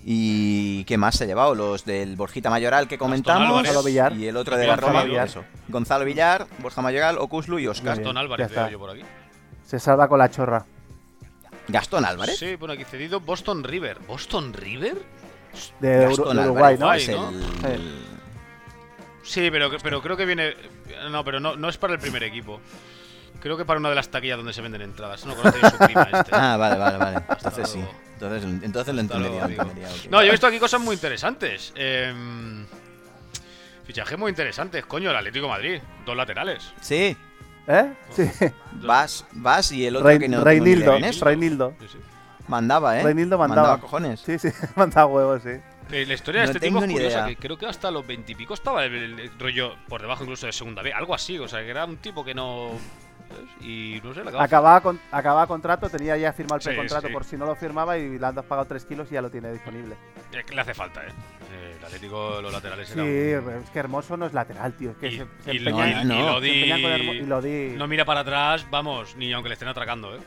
A: ¿Y qué más se ha llevado? Los del Borjita Mayoral que comentamos.
D: Gonzalo
C: Villar.
A: Y el otro de la
D: Gonzalo
A: Roma.
C: Villar.
A: eso. Gonzalo Villar, Borja Mayoral, Ocuslu y Oscar.
C: Muy bien.
D: Gastón
C: ya
D: Álvarez,
C: está.
D: veo yo por aquí.
C: Se salva con la chorra.
A: Gastón Álvarez.
D: Sí, bueno, aquí cedido Boston River. ¿Boston River?
C: De, Uru-
A: Gastón
C: de
A: Álvarez,
C: Uruguay, ¿no?
D: Uruguay,
A: Es
D: ¿no?
A: el-
D: Sí, pero, pero creo que viene. No, pero no, no es para el primer equipo. Creo que para una de las taquillas donde se venden entradas. No conoce su prima este.
A: Ah, vale, vale, vale. Entonces sí.
D: luego.
A: Entonces, entonces lo
D: Hasta luego,
A: entendería.
D: amigo.
A: lo entendería, ok.
D: No, yo he visto aquí cosas muy interesantes. Em, fichajes muy interesantes, coño, el Atlético de Madrid. Dos laterales.
A: Sí,
C: ¿Eh? Sí.
A: vas, vas y el otro
C: Rein-
A: que no.
C: Reinildo.
A: no es-
C: Reinildo.
D: Sí, sí.
A: mandaba, ¿eh?
C: Reinildo mandaba.
A: cojones.
C: Sí, sí, manda huevos, sí.
D: Eh, La historia de
A: No
D: este tipo
A: tengo
D: es
A: ni
D: curiosa,
A: idea.
D: que creo que hasta los veintipico estaba el, el rollo por debajo incluso de segunda B, algo así, o sea, que era un tipo que no... ¿sabes? Y no sé, la acababa-
C: Acababa, con, acababa contrato, tenía ya firmado el
D: Sí,
C: precontrato
D: sí.
C: por si no lo firmaba y le han pagado 3 kilos y ya lo tiene disponible.
D: Eh, que le hace falta, ¿eh? Eh, El Atlético, los laterales
C: Sí,
D: era un-
C: es que Hermoso no es lateral, tío. Es que
D: Y-
C: se, se
D: y
C: empeña,
A: Lodi- no.
C: se
D: Lodi-
C: empeña con Hermo- y lo di.
D: No mira para atrás, vamos, ni aunque le estén atracando, ¿eh?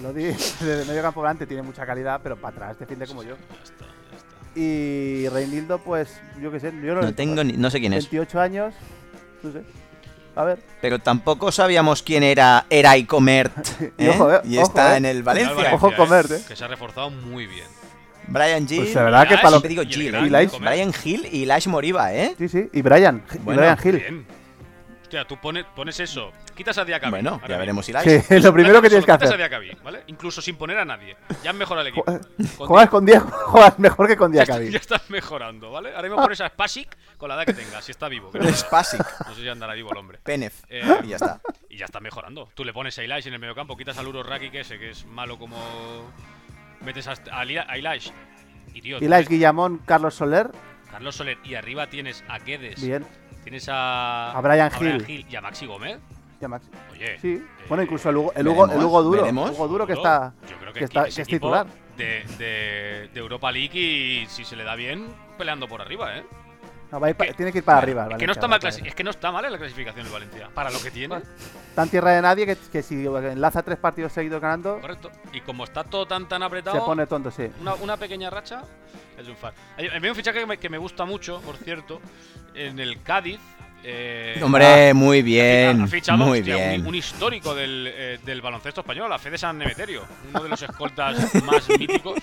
C: desde medio campo delante tiene mucha calidad, pero para atrás defiende como yo.
D: Ya está, ya está.
C: Y Reinildo, pues, yo qué sé, yo no, lo he
A: No tengo ni, no sé quién es.
C: 28 años, no sé. A ver,
A: Pero tampoco sabíamos quién era Era y Comert.
C: Y
A: ¿eh?
C: ojo, eh,
A: Y
C: ojo,
A: está
C: eh.
A: en el
D: Al Valencia,
A: Valencia.
C: Ojo comer,
D: ¿eh?
C: ¿eh?
D: Que se ha reforzado muy bien.
A: Brian Gil.
C: pues la verdad que
D: Lash,
C: para lo
A: Te
C: que.
A: digo
D: Y el
A: Gil,
D: gran
A: ¿eh?
C: Y Lash.
A: Brian Gil y Lash Moriba, ¿eh?
C: Sí, sí, y Brian, y
A: Bueno,
C: Brian Hill.
D: Bien. Hostia, tú pones, pones eso, quitas a Diacabí.
A: Bueno,
D: ahora
A: ya
D: mismo.
A: veremos si Lash.
C: Sí, lo primero que tienes que
D: Solo quitas a
C: hacer.
D: Diacabí, ¿vale? Incluso sin poner a nadie. Ya has mejorado el equipo.
C: Juegas-
D: Con
C: Juegas con 10, juegas mejor que con
D: Ya está- Ya
C: Diacabí.
D: estás mejorando, ¿vale? Ahora mismo pones a Spasic con la edad que tenga, si está vivo. que no,
A: Es Pasic,
D: no sé si andará vivo el hombre.
A: Penef.
D: Eh,
A: Y ya está.
D: Y ya está mejorando. Tú le pones a Elias en el mediocampo, quitas al Uro Raki, que ese que es malo como. metes a, a, Lila- a Ilash. Y tío, tú
C: Ilash
D: ves
C: Guillamón, Carlos Soler,
D: Carlos Soler. Y arriba tienes a Guedes.
C: bien.
D: Tienes a.
C: A Brian Hill.
D: y a Maxi Gómez.
C: Ya, Maxi.
D: Oye.
C: Sí. Bueno,
D: eh,
C: incluso el Hugo, el Hugo, el
A: veremos,
C: Hugo Duro.
A: veremos.
C: Hugo Duro que
D: Yo-
C: está.
D: yo creo
C: que está-
D: ese
C: que es
D: equipo
C: titular.
D: De, de- de Europa League y si se le da bien, peleando por arriba, ¿eh?
C: no, va a ir pa-
D: que-
C: tiene que ir para arriba. el
D: es, que no
C: Valencia,
D: está mal
C: va a
D: clasi-
C: caer.
D: es que no está mal en la clasificación el Valencia. Para lo que tiene.
C: Está en tierra de nadie que, que si enlaza tres partidos seguidos ganando,
D: Correcto. Y como está todo tan tan apretado,
C: se pone tonto, sí.
D: una, una pequeña racha de triunfar. Hay, hay un fichaje que me, que me gusta mucho, por cierto, en el Cádiz. eh,
C: Ah.
A: Hombre, muy
D: ha-
A: bien.
D: ha fichado
A: muy
D: hostia, un-
A: bien.
D: Un, histórico del, eh, del baloncesto español, a Fede San Nemeterio, uno de los escoltas más míticos. eh.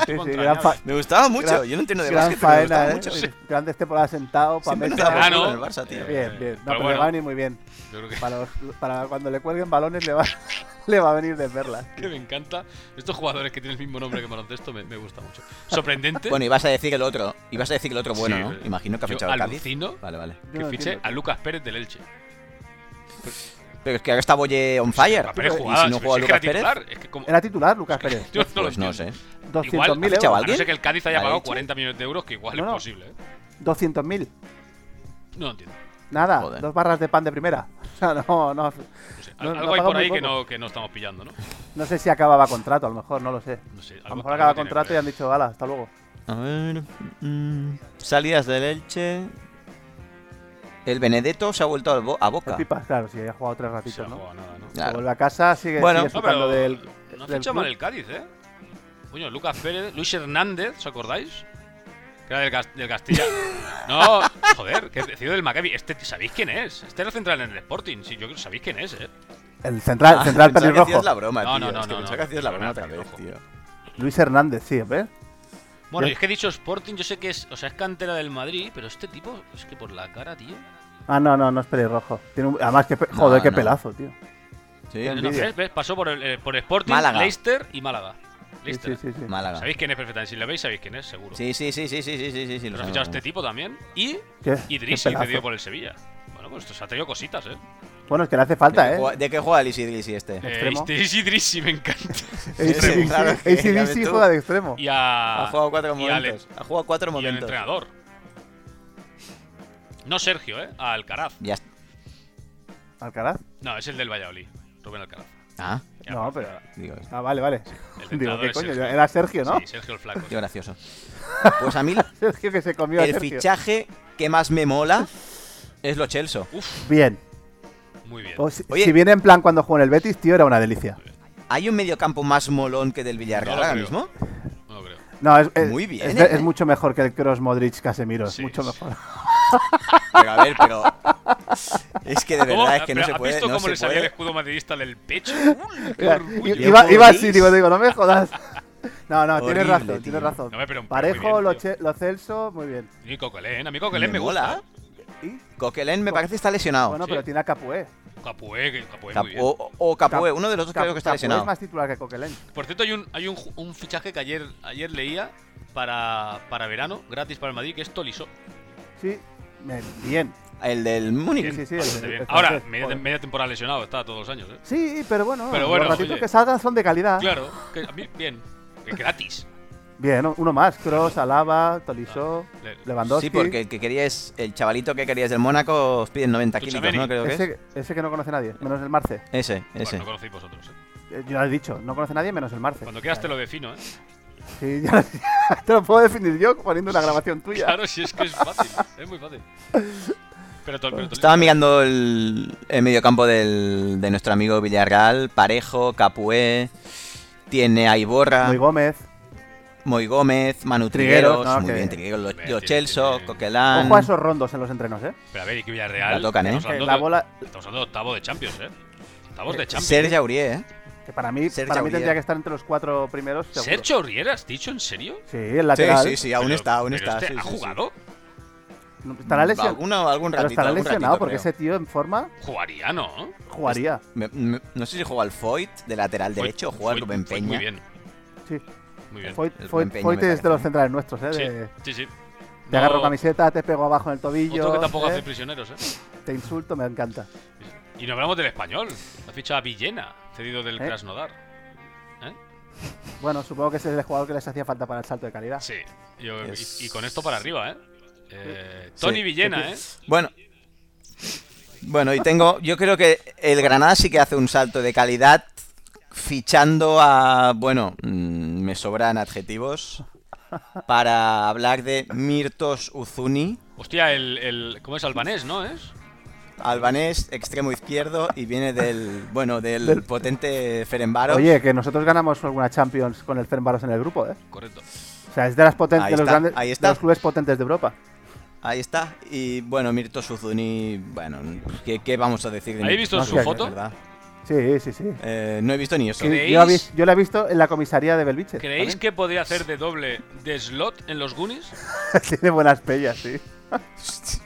C: Sí,
D: Tipo
C: sí, gran,
D: entrañable.
C: fa-
A: Me gustaba mucho.
C: Gran-
A: yo no entiendo de
C: gran
A: básquet, pero me
C: faena,
A: gustaba
C: ¿eh?
A: mucho.
C: Sí, Grandes temporadas sentado, para
A: Siempre me
C: mesa.
A: daba
D: Ah, ¿no?
A: culo en el Barça, tío.
C: Bien, bien. No,
D: Pero
C: pero,
D: bueno.
C: le va a venir muy bien.
D: Yo creo que,
C: Para, los- para cuando le cuelguen balones le va, le va a venir de perlas.
D: que me encanta. Estos jugadores que tienen el mismo nombre que baloncesto me, me gusta mucho. Sorprendente.
A: Bueno, ibas a decir el otro. Ibas a decir el otro bueno,
D: Sí,
A: ¿no?
D: eh,
A: Imagino que ha
D: yo
A: fichado el Cádiz.
D: alucino
A: Vale, vale.
C: Yo
D: que
C: no
D: fiche
C: entiendo.
D: a Lucas Pérez del Elche.
A: Pero es que ahora está Boye on fire.
D: Lucas Pérez
A: Y
D: jugaba,
A: si no
D: si
A: juega
D: es que era
A: Lucas Pérez,
D: titular, es que como-
C: Era titular Lucas Pérez.
D: yo no lo
A: pues no
D: entiendo.
A: sé.
C: 200.000
D: ¿ha
A: fichado
C: euros.
D: A no
A: ¿Alguien?
D: ser que el Cádiz haya
A: ¿La
D: pagado
A: Elche?
D: 40 millones de euros, que igual
C: No,
D: es
C: no.
D: posible. ¿eh?
C: 200.000.
D: No lo entiendo.
C: Nada.
A: Joder.
C: Dos barras de pan de primera. O sea, no, no,
D: No sé,
C: No,
D: al-
C: no
D: algo hay
C: paga
D: por
C: muy
D: ahí que
C: poco.
D: no, que no estamos pillando, ¿no?
C: no sé si acababa contrato, a lo mejor, no lo sé.
D: No sé,
C: A
D: algo-
C: lo mejor
D: algo
C: acaba
D: tiene,
C: contrato y
D: pero-
C: han dicho, ala, hasta luego.
A: A ver. mm, salidas del Elche. El Benedetto se ha vuelto al Bo- a
C: El
A: Boca.
C: Pipa, claro, si ha jugado tres
D: Sí,
C: ratitos,
D: no
C: ¿no?
D: juega nada, ¿no?
C: Se
A: Claro.
C: vuelve a casa, sigue,
A: Bueno.
C: sigue
D: No,
C: sufrando
D: pero
C: del.
D: no ha
C: del
D: fichado
C: club.
D: mal el Cádiz, ¿eh? Coño, Lucas Pérez, Luis Hernández, ¿os acordáis? Que era del, Cas- del Castilla. no, joder, que es decidido del Maccabi. Este, ¿Sabéis quién es? Este era el central en el Sporting. Sí, yo creo sabéis quién es, ¿eh?
C: El central,
A: Ah, pensaba
C: central
A: que
C: pelirrojo.
A: hacías la broma,
D: No,
A: tío.
D: no, no,
A: es que
D: no,
A: pensaba
D: no.
A: que hacías la broma otra
D: Pelirrojo.
A: vez, tío.
C: Luis Hernández, sí, ¿eh? ¿ves?
D: Bueno,
C: Bien.
D: y es que he dicho Sporting, yo sé que es, o sea, es cantera del Madrid, pero este tipo es que por la cara, tío.
C: Ah, no, no, no es pelirrojo. Tiene un- Además, que pe- joder,
A: No,
C: qué
A: no.
C: pelazo, tío.
A: Sí,
D: No,
C: envidia.
D: ¿ves? ¿Ves? Pasó por, el, eh, por Sporting,
A: Málaga.
D: Leicester y Málaga.
C: Sí,
D: Leicester.
C: sí, sí, sí.
A: Málaga.
D: Sabéis quién es perfectamente. Si lo veis, sabéis quién es, seguro.
A: Sí, sí, sí, sí, sí, sí, sí, sí, sí. lo
D: Pero ha
A: sabemos.
D: fichado este tipo también. Y
C: Qué-
D: Idris,
C: qué pelazo.
D: cedido por el Sevilla. Bueno, pues esto se ha traído cositas, ¿eh?
C: Bueno, es que le hace
A: ¿De qué
C: falta, ¿eh?
A: juega- ¿De qué juega el Isidrisi este?
D: Eh,
C: Extremo.
D: este es Idris, sí, me encanta.
A: Ese, claro, es que ya ves
C: ACDC
A: tú.
C: juega de extremo.
D: Y a.
A: Ha jugado cuatro
D: y al-
A: momentos. Ha jugado cuatro
D: Y al
A: momentos.
D: entrenador. No Sergio, ¿eh? A Alcaraz.
A: Ya está.
C: Alcaraz.
D: No, es el del Valladolid. Rubén Alcaraz.
A: Ah,
D: Ya,
C: No,
D: pues,
C: pero.
A: digo esto.
C: Ah, vale, vale.
D: el
C: Digo,
D: entrenador
C: ¿qué
D: es
C: coño?
D: Sergio.
C: Era Sergio, ¿no?
D: Sí, Sergio el Flaco.
A: Qué gracioso. Pues a mí
C: Sergio que se comió a
A: el
C: Sergio.
A: fichaje que más me mola es lo Chelsea.
D: Uf,
C: Bien.
D: muy bien.
C: O si,
A: Oye.
C: si viene en plan cuando jugó en el Betis, tío, era una delicia.
A: ¿Hay un mediocampo más molón que del
D: No
A: Villarreal
D: lo
A: ahora
D: creo.
A: mismo?
D: No lo creo.
C: No, es, es-
A: Muy bien,
C: es, de-
A: ¿eh?
C: es mucho mejor que el Cross Modric Casemiro.
D: Sí,
C: mucho
D: sí.
C: mejor.
A: Pero a ver, pero. Es que de
D: ¿Cómo?
A: verdad es que no
D: Pero,
A: se
D: ¿Has
A: puede.
D: visto
A: No
D: cómo
A: se
D: le salía el
A: puede.
D: escudo madridista del pecho? ¡Uy, qué
C: Mira,
D: orgullo!
C: i- iba,
A: Qué
C: iba así,
A: bolis.
C: digo, digo, no me jodas. No, no, tienes
A: Horrible,
C: razón,
A: tío.
C: tienes razón.
D: No, pero- pero muy
C: Parejo,
D: bien,
C: lo,
D: tío.
C: Che- lo Celso, muy bien.
D: Y Coquelin, a mí Coquelin me, gusta.
A: mola.
C: Y,
A: Coquelin me parece que está lesionado.
C: bueno,
D: sí.
C: pero tiene a
A: Pues
C: Capué.
D: Capué, que- Capué
A: Cap-
D: pues muy bien.
A: o, o Capoe,
C: Cap-
A: uno de los dos
C: Cap-
A: creo que está
C: Capoé
A: lesionado.
C: es más titular que Coquelén.
D: Por cierto, hay un, hay un, ju- un fichaje que ayer, ayer leía para, para verano, gratis para el Madrid, que es Tolisso.
C: Sí, me- bien.
A: El del
C: Sí,
A: Múnich.
C: sí, sí. el-
D: Bastante
C: el-
D: bien.
C: el
D: Ahora,
C: francés,
D: media,
C: joder.
D: media temporada lesionado, está todos los años. ¿eh?
C: Sí, pero bueno,
D: Pero bueno,
C: los ratitos
D: oye.
C: que salgan son de calidad.
D: Claro, que a mí- bien, que gratis.
C: Bien, ¿no? uno más. Cross, Alaba, Tolisso,
D: Le-
C: Lewandowski.
A: Sí, porque el que querías, el chavalito que querías del Mónaco os piden 90 kilos,
D: Tuchemeni.
A: ¿no? Creo que es.
C: Ese, ese que no conoce nadie, menos el Marce.
A: Ese, ese.
D: Bueno, no conocéis vosotros. ¿eh?
C: Eh, Yo lo he dicho, no conoce nadie menos el Marce.
D: Cuando quieras te lo defino, ¿eh?
C: Sí, ya- te lo puedo definir yo poniendo una grabación tuya.
D: Claro, si es que es fácil, es muy fácil. Pero, Tol- pero Tolisso-
A: Estaba mirando el, el mediocampo del, de nuestro amigo Villarreal, Parejo, Capué, tiene a Iborra,
C: Muy Gómez.
A: Moy Gómez, Manu
C: Trigueros,
A: Trigueros,
C: no,
A: muy
C: que-
A: bien, Trigueros, lo,
D: Hombre,
A: lo
D: tiene-
A: Chelso,
D: tiene-
A: Coquelán,
C: Ojo a esos rondos en los entrenos, ¿eh.
D: Pero a ver, y que Villarreal.
A: La tocan, ¿eh?
D: estamos
C: Que
D: hablando
C: la
D: de-
C: bola,
D: Estamos hablando de octavo de Champions, ¿eh? Octavos de Champions.
A: Serge Aurier, ¿eh?
C: que para mí,
A: Sergio
C: para mí
A: Aurier.
C: tendría que estar entre los cuatro primeros. seguro.
D: ¿Sergio Riera has dicho? ¿En serio?
C: Sí, el lateral.
A: Sí, sí, sí, aún
D: Pero-
A: está, aún
D: pero
A: está.
D: este
A: sí,
D: ¿Ha
A: sí, sí.
D: jugado?
C: No, Estará lesionado.
A: Alguno- algún
C: Pero
A: ratito,
C: estará
A: algún
C: lesionado
A: ratito,
C: porque
A: creo.
C: ese tío en forma
D: Jugaría, ¿no?
C: jugaría.
A: Me- me- no sé si juega al Foyt de lateral
D: Fue-
A: derecho o juega al
D: fue-
A: Rubén
D: fue
A: Peña.
D: Muy bien,
C: Sí.
D: muy bien.
C: Foyt,
A: El
C: Foyt-
A: Rubén Peña
C: Foyt
A: me
C: es de los
A: parece.
C: centrales nuestros, ¿eh?
D: Sí,
C: de-
D: sí, sí.
C: Te agarro
D: No,
C: camiseta, te pego abajo en el tobillo,
D: Otro que tampoco
C: ¿eh?
D: hace prisioneros, ¿eh?
C: te insulto, me encanta.
D: Y no hablamos del español. Ha fichado a Villena, cedido del
C: ¿Eh?
D: Krasnodar. ¿Eh?
C: Bueno, supongo que ese es el jugador que les hacía falta para el salto de calidad.
D: Sí, yo- y-
A: Es-
D: y, con esto para arriba, ¿eh? Eh, Tony
A: Sí.
D: Villena, ¿eh?
A: Bueno. Bueno, y tengo. Yo creo que el Granada sí que hace un salto de calidad fichando a. Bueno, mm, me sobran adjetivos. Para hablar de Mirtos Uzuni,
D: Hostia, el, el- ¿Cómo es albanés, no? ¿Es?
A: albanés, extremo izquierdo, y viene del. Bueno, del,
C: Del-
A: potente Ferenbaro.
C: Oye, que nosotros ganamos alguna Champions con el Ferenbaros en el grupo, ¿eh?
D: Correcto.
C: O sea, es de, las poten-
A: Ahí
C: de los
A: está,
C: grandes,
A: ahí
C: de
A: está.
C: los clubes potentes de Europa.
A: Ahí está. Y bueno, Mirtos Uzuni. Bueno, ¿qué, qué vamos a decir de
D: ¿Habéis
A: Mirtos
D: visto
C: su
A: Uzuni,
D: foto?
A: verdad?
C: Sí, sí, sí.
A: Eh, no he visto ni eso.
C: Sí,
D: ¿Creéis-
C: yo, la vi- yo la he visto en la comisaría de Belviche.
D: ¿Creéis que podría hacer de doble de slot en los Goonies?
C: Tiene buenas pellas, sí.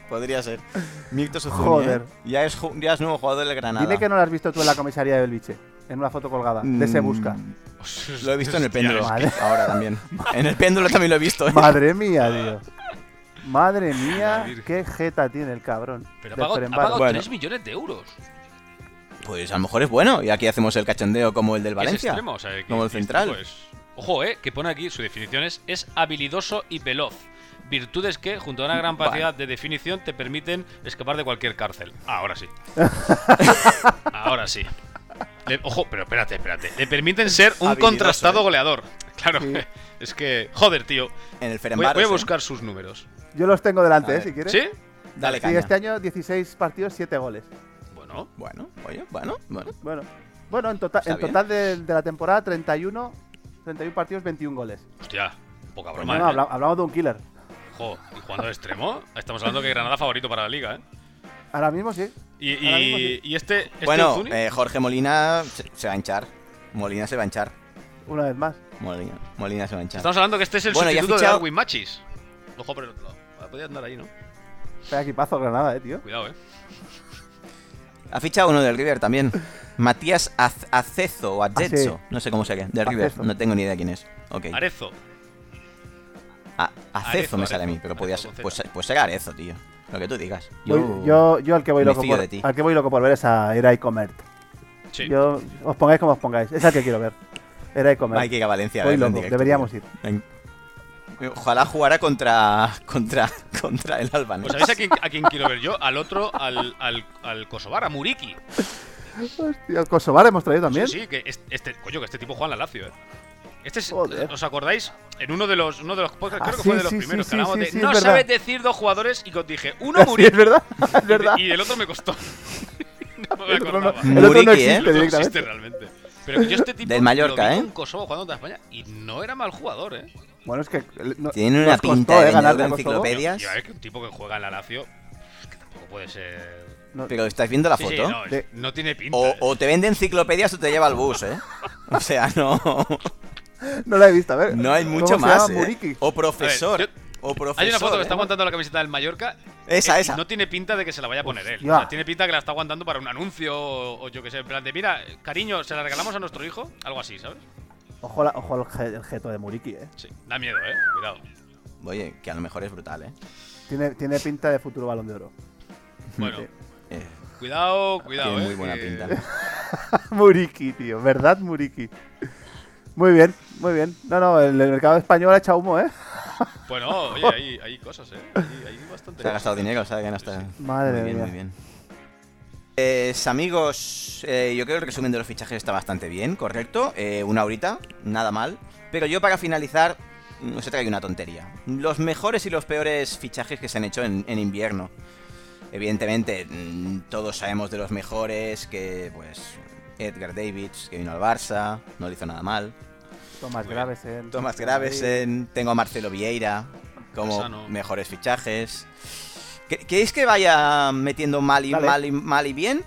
A: Podría ser. Mirtos Uzuni.
C: Joder.
A: ¿eh? Ya, es, ju- ya es nuevo jugador del Granada.
C: Dime que no la has visto tú en la comisaría de Belviche. En una foto colgada. De se busca.
A: Mm, Lo he visto en el
D: Hostia,
A: péndulo.
D: es-
C: Madre.
A: Ahora también. En el péndulo también lo he visto. ¿eh?
C: Madre mía, tío. Madre
D: La
C: mía,
D: Virgen.
C: qué jeta tiene el cabrón.
D: Pero
C: del
D: ha pagado, ha
C: Ferencváros.
D: pagado
A: Bueno.
D: 3 millones de euros.
A: Pues a lo mejor es bueno. Y aquí hacemos el cachondeo como el del
D: Es
A: Valencia.
D: extremo, o sea, que-
A: Como el
D: que
A: central.
D: este tipo es- Ojo, eh, que pone aquí su definición es, es habilidoso y veloz. Virtudes que, junto a una gran
A: Vale.
D: capacidad de definición, te permiten escapar de cualquier cárcel. Ah, ahora sí. ahora sí. Le- ojo, pero espérate, espérate. Le permiten ser un
A: Habilidoso,
D: contrastado
A: eh.
D: goleador. Claro,
C: Sí.
D: es que. Joder, tío.
A: En el
D: Voy,
A: Ferenbaros.
D: voy a
A: ¿eh?
D: buscar sus números.
C: Yo los tengo
A: A
C: delante, eh,
A: ver.
C: si quieres.
D: ¿Sí?
A: Dale
C: Sí,
A: caña.
C: este año 16 partidos, 7 goles.
D: Bueno,
A: Bueno, oye, bueno, bueno.
D: ¿Este
C: Bueno, bueno en, total
A: Está
C: en
A: bien.
C: total de, de la temporada, 31, 31 partidos, 21 goles.
D: hostia, poca
C: No,
D: broma.
C: no,
D: eh.
C: habla- hablamos de un killer.
D: Ojo, y jugando de extremo, estamos hablando que Granada favorito para la liga, ¿eh?
C: Ahora mismo sí.
D: Y,
C: Ahora mismo
D: y,
C: sí.
D: y este, este
A: Bueno,
D: Uzuni-
A: eh, Jorge Molina se, se va a hinchar. Molina se va a hinchar.
C: Una vez más.
A: Molina, Molina se va a hinchar.
D: Estamos hablando que este es el
A: Bueno, y ha
D: sustituto
A: fichado-
D: de Darwin Machis. Ojo por el otro lado. Ah, Podía andar ahí, ¿no?
C: Vaya equipazo Granada, eh, tío.
D: Cuidado, eh.
A: Ha fichado uno del River también. Matías Az- Acezo o Azezo.
C: Ah, sí.
A: No sé cómo se llama. Del River.
C: Acezo.
A: No tengo ni idea quién es. Ok.
D: Arezo.
A: A- Acezo
D: Arezo,
A: me sale a mí,
D: Arezo.
A: pero podía
D: Arezo
A: ser.
D: con
A: Pues,
D: Z.
A: pues será Arezo, tío. Lo que tú digas.
C: Voy- yo, yo al que voy
A: me
C: loco
A: fío
C: por,
A: de ti.
C: al que voy loco por ver es a Eray Comert.
D: Sí.
C: Yo os pongáis como os pongáis, es al que quiero ver. Eray Comert.
A: Hay que ir a Valencia. a
C: voy
A: verlo en
C: loco,
A: directo,
C: deberíamos
A: tío.
C: ir.
A: En- Ojalá jugara contra contra contra el Alban.
D: Pues sabéis a quién, a quién quiero ver yo. Al otro, al, al, al Kosovar, a Muriki.
C: Hostia, Kosovar hemos traído también.
D: Sí, sí, que es- este, coño, que este tipo juega en la Lazio, eh. Este es,
C: Joder.
D: ¿Os acordáis? En uno de los, uno de los podcasts,
C: Ah,
D: creo que
C: sí,
D: fue de los
C: sí, sí,
D: primeros,
C: sí,
D: que hablamos
C: sí,
D: de.
C: sí, es
D: no
C: verdad".
D: sabes decir dos jugadores y que os dije, uno
C: Sí, es
D: Muriki
C: verdad, es
D: y, de-
C: verdad.
D: y el otro me costó. no me
C: El otro no,
D: acordaba.
C: el otro no
A: Muriqui, ¿eh?
C: existe
D: El otro no
C: directamente.
D: existe realmente. Pero que yo este tipo
A: Del Mallorca,
D: lo vi
A: ¿eh?
D: con Kosovo jugando contra España y no era mal jugador, ¿eh?
C: Bueno, es que eh, no-
A: Tiene
C: nos
A: una
C: costó,
A: pinta de
C: eh,
A: vendedor
C: ganarle
A: de
C: a Kosovo.
A: enciclopedias.
D: Y a ver, que un tipo que juega en la Lazio, es que tampoco puede ser.
C: No,
A: Pero estáis viendo la
D: Sí, sí,
A: foto.
D: no, es-
C: De-
D: no tiene pinta.
A: o, o te vende enciclopedias o te lleva al bus, ¿eh? O sea, no
C: no la he visto, a ver.
A: no hay
C: ¿cómo
A: mucho
C: se
A: más.
C: llama
A: ¿eh?
C: Muriki?
A: O profesor.
D: A ver,
A: O profesor.
D: Hay una foto que
A: ¿eh?
D: está aguantando la camiseta del Mallorca.
A: Esa,
D: eh,
A: esa.
D: No tiene pinta de que se la vaya a poner él.
C: Hostia.
D: O sea, tiene pinta que la está aguantando para un anuncio o, o yo que sé. En plan de, mira, cariño, se la regalamos a nuestro hijo. Algo así, ¿sabes?
C: Ojo, la- ojo al ge- el jeto de Muriki, eh.
D: Sí, da miedo, ¿eh? Cuidado.
A: Oye, que a lo mejor es brutal, ¿eh?
C: Tiene, tiene pinta de futuro balón de oro.
D: Bueno,
C: Sí.
A: Eh,
D: cuidado, cuidado.
A: tiene
D: eh,
A: muy buena
D: que-
A: pinta.
C: Muriki, tío, ¿verdad, Muriki? Muy bien, muy bien. No, no, el, el mercado español ha echado humo, ¿eh.
D: Bueno, oye, hay, hay cosas, ¿eh? Hay, hay bastante.
A: Se ha gastado dinero, ¿sabes? Que no está.
C: Madre
A: muy bien,
C: mía.
A: Muy bien. Pues, amigos, eh, yo creo que el resumen de los fichajes está bastante bien, correcto. Eh, una horita, nada mal. Pero yo para finalizar, mm, os he traído una tontería. Los mejores y los peores fichajes que se han hecho en, en invierno. Evidentemente, mm, todos sabemos de los mejores, que pues Edgar Davids, que vino al Barça, no le hizo nada mal.
C: Tomas
D: Muy
C: graves, eh.
A: Tomás Graves, en- tengo a Marcelo Vieira como
D: Cassano.
A: mejores fichajes. ¿Cre- ¿Queréis que vaya metiendo mal y,
C: Dale.
A: mal y, mal y bien?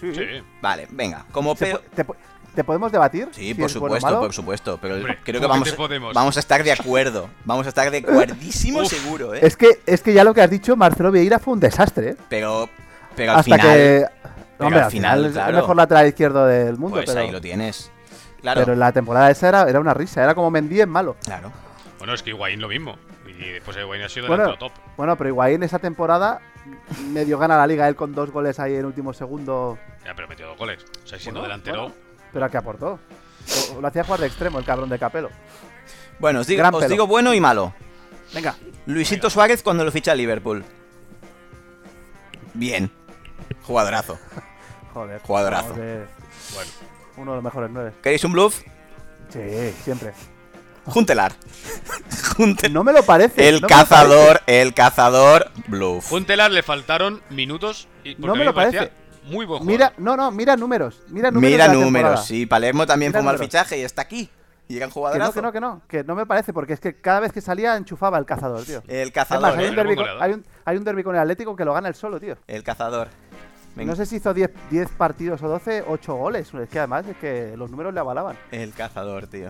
C: Sí.
D: Sí.
A: Vale, venga, como
C: ¿Se
A: pe-
C: po- te, po- te podemos debatir?
A: Sí, por
C: si es bueno o
A: supuesto,
C: malo?
A: por supuesto, pero
D: Hombre,
A: creo que
D: ¿cómo
A: vamos,
D: que te podemos?
A: vamos a estar de acuerdo. Vamos a estar de acuerdísimo
D: Uf.
A: seguro, ¿eh?
C: Es que, es que ya lo que has dicho, Marcelo Vieira fue un desastre. ¿eh?
A: Pero, pero al
C: Hasta
A: final,
C: que.
A: pero
C: Hombre,
A: al
C: al final,
A: final,
C: es
A: claro.
C: el mejor lateral izquierdo del mundo,
A: pues
C: pero,
A: ahí lo tienes. Claro,
C: pero la temporada esa era, era una risa, era como Mendy en malo.
A: claro.
D: Bueno, es que Higuaín lo mismo. Y pues Higuaín ha sido
C: Bueno.
D: delantero top.
C: Bueno, pero Higuaín esa temporada medio gana la liga él con dos goles ahí en último segundo,
D: Ya, pero metió dos goles. O sea, siendo
C: Bueno,
D: delantero.
C: bueno. pero ¿a qué aportó? Lo, lo hacía jugar de extremo el cabrón de Capelo.
A: Bueno, os digo,
C: Gran
A: os
C: pelo.
A: digo bueno y malo.
C: Venga,
A: Luisito Suárez cuando lo ficha el Liverpool. Bien. Jugadorazo.
C: joder.
A: Jugadorazo.
C: vamos de-
D: Bueno,
C: Uno de los mejores nueve.
A: ¿Queréis un bluff?
C: Sí, siempre.
A: Juntelar. Juntelar.
C: No me lo parece.
A: El
C: no me lo
A: cazador, el cazador, bluff.
D: Juntelar le faltaron minutos y porque
C: No
D: a
C: me
D: mí
C: lo
D: parecía
C: parece.
D: Muy buen
C: parece. Mira,
D: jugador.
C: no, no, mira números. Mira números.
A: Mira
C: de la
A: números,
C: temporada.
A: sí. Palermo también
C: Mira
A: fuma el
C: números.
A: fichaje y está aquí. Llega un
C: Que no,
A: jugadorazo.
C: que no, que no. Que no me parece, porque es que cada vez que salía enchufaba el cazador, tío.
A: El
C: Es más,
A: cazador,
C: hay
A: ¿eh?
C: un,
D: Era
C: derbi
D: buen
C: con,
D: goleador.
C: hay, un, hay un derbi con el Atlético que lo gana el solo, tío.
A: El cazador. Venga.
C: No sé si hizo 10 10 partidos o 12, 8 goles. Es que además es que los números le avalaban.
A: El cazador, tío.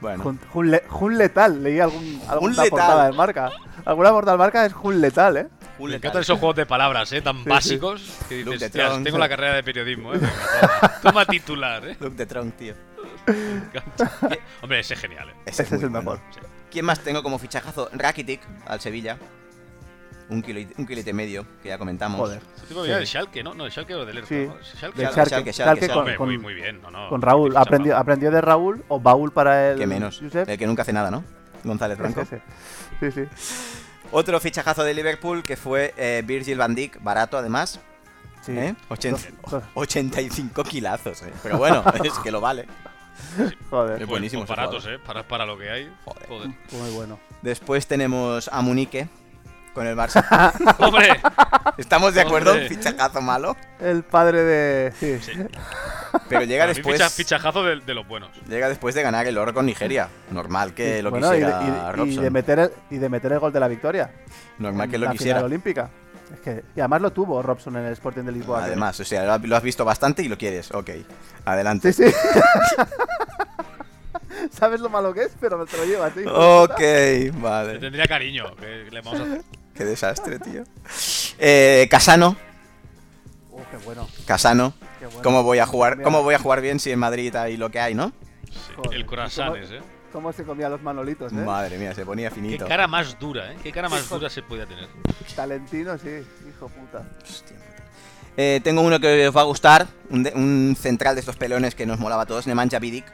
A: Bueno.
C: Jun, Jun Le- Jun Letal, leí algún, alguna
A: Letal.
C: portada de marca. Alguna portada de marca es Jun Letal, ¿eh?
A: Jun
D: Me
A: Letal.
D: encantan esos juegos de palabras, ¿eh? Tan básicos. Que
A: Look
D: dices,
A: de
D: "Hostias,
A: Tron,
D: tengo
A: sí.
D: la carrera de periodismo, ¿eh? Venga, toma, toma titular, ¿eh?
A: Look de Tronc, tío.
D: Me encanta. Hombre, ese es genial, ¿eh?
A: Ese,
C: Ese es
A: muy
C: el mejor.
A: bueno. ¿Quién más tengo como fichajazo? Rakitic, al Sevilla. Un kilo y, un kilo y medio, que ya comentamos.
C: Joder.
D: Ese tipo venía de Schalke, ¿no? No, de Schalke o del Erta,
C: Sí.
D: ¿no? Schalke.
C: Del
A: Schalke, Schalke,
C: Schalke, Schalke
A: Schalke.
D: Hombre,
C: con,
D: muy,
C: con-
D: muy bien, ¿no? no
C: con Raúl.
D: Fichajazo.
C: Aprendió, aprendió de Raúl o Baúl para el.
A: Que menos.
C: Josep.
A: El que nunca hace nada, ¿no? González
C: Es
A: Blanco.
C: ese. Sí, sí.
A: Otro fichajazo de Liverpool que fue eh, Virgil van Dijk, barato además.
C: Sí.
A: ¿eh? Ochen-
C: Dos- dos.
A: 85 kilazos, eh. Pero bueno, es que lo vale.
D: Pues,
C: Joder,
A: buenísimo
D: pues
A: ese
D: baratos, ¿eh? Para, para lo que hay.
A: Joder.
D: Joder.
C: muy bueno.
A: Después tenemos a Munique con el Barça.
D: ¡Hombre!
A: ¿Estamos de acuerdo?
D: Hombre.
A: Fichajazo malo.
C: El padre de. Sí.
D: Sí.
A: Pero llega
D: Para mí
A: después.
D: ficha- fichajazo de, de los buenos.
A: Llega después de ganar el oro con Nigeria. Normal que lo
C: Bueno, y de-
A: quisiera
C: y de- y,
A: Robson.
C: de meter el, y de meter el gol de la victoria.
A: Normal que
C: en
A: lo
C: la
A: quisiera.
C: final olímpica. Es que, y además lo tuvo Robson en el Sporting de Lisboa. creo.
A: Además, o sea, lo has- lo has visto bastante y lo quieres. Ok, adelante.
C: Sí, sí. ¿Sabes lo malo que es? Pero me te lo ¿eh? lleva, tío.
A: Ok,
D: Le
A: vale.
D: tendría cariño. que le vamos a hacer?
A: Qué desastre, tío. Eh, Casano,
C: Oh, qué bueno.
A: Casano.
C: Qué bueno. pues,
A: ¿Cómo voy a jugar?
C: Mira.
A: ¿Cómo voy a jugar bien si en Madrid hay lo que hay, no?
D: Sí,
C: Joder,
D: El corazón
C: ¿cómo-
D: es, ¿eh?
C: ¿Cómo se comía los manolitos, eh?
A: Madre mía, se ponía
D: Qué
A: finito.
D: cara más dura, ¿eh? Qué cara más dura se podía tener.
C: Talentino, sí. Hijo puta.
A: Hostia puta. Eh, tengo uno que os va a gustar, un, de- un central de estos pelones que nos molaba a todos, Nemanja Vidic.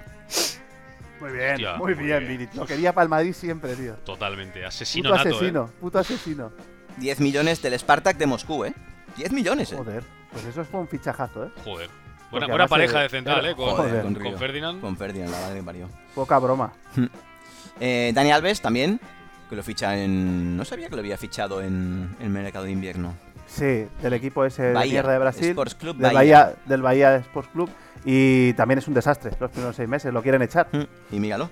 C: Muy bien,
D: Hostia,
C: muy
D: muy
C: bien,
D: bien.
C: Vinicius. Lo quería para el Madrid siempre, tío.
D: Totalmente. ¿eh? Asesino
C: Puto
D: nato,
C: asesino, puto asesino.
A: 10 millones del Spartak de Moscú, ¿eh? 10 millones, ¿eh?
C: Joder, pues eso fue un fichajazo, ¿eh?
D: ¿eh? Joder. Buena,
C: Porque
D: buena
C: además
D: pareja
C: era-
D: de central,
C: era-
D: ¿eh? Con,
C: joder,
D: con
A: Río.
D: Ferdinand.
A: Con Ferdinand, la madre que parió.
C: Poca broma.
A: Eh, Dani Alves también, que lo ficha en... No sabía que lo había fichado en el mercado de invierno.
C: Sí, del equipo ese de
A: Bahía,
C: mierda de Brasil.
A: Sports Club
C: del,
A: Bahía.
C: Bahía, del Bahía Sports Club. Y también es un desastre los primeros seis meses, lo quieren echar.
A: Mm, Y míralo.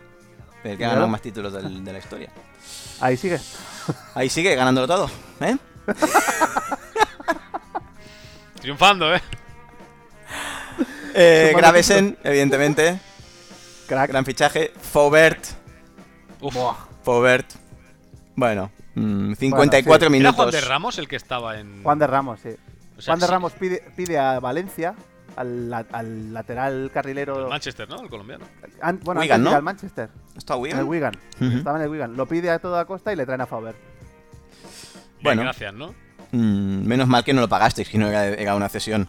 A: El que ha
C: Míralo.
A: ganado más títulos del- de la historia.
C: Ahí sigue.
A: Ahí sigue ganándolo todo, ¿eh?
D: Triunfando, ¿eh?
A: Eh,
C: Sumando
A: Gravesen, evidentemente.
C: Crack.
A: Gran fichaje. Faubert.
D: Uf.
A: Faubert. Bueno, mm, 54
D: ¿Era Juan
A: minutos.
D: de Ramos el que estaba en.
C: Juan de Ramos, sí.
D: o sea,
C: Juan de
D: sí,
C: Ramos pide, pide a Valencia, al, la- al lateral
D: el
C: carrilero.
D: Manchester, ¿no? El colombiano.
C: an- bueno,
A: Wigan,
C: antes de ir
A: ¿no?
C: al Manchester.
A: ¿Está
C: En
A: Wigan?
C: el Wigan.
A: Ujú.
C: Estaba en el Wigan. Lo pide a toda costa y le traen a Faber.
D: Bien,
A: Bueno.
D: gracias, ¿no?
A: Mm, menos mal que no lo pagasteis, que no era, era una cesión.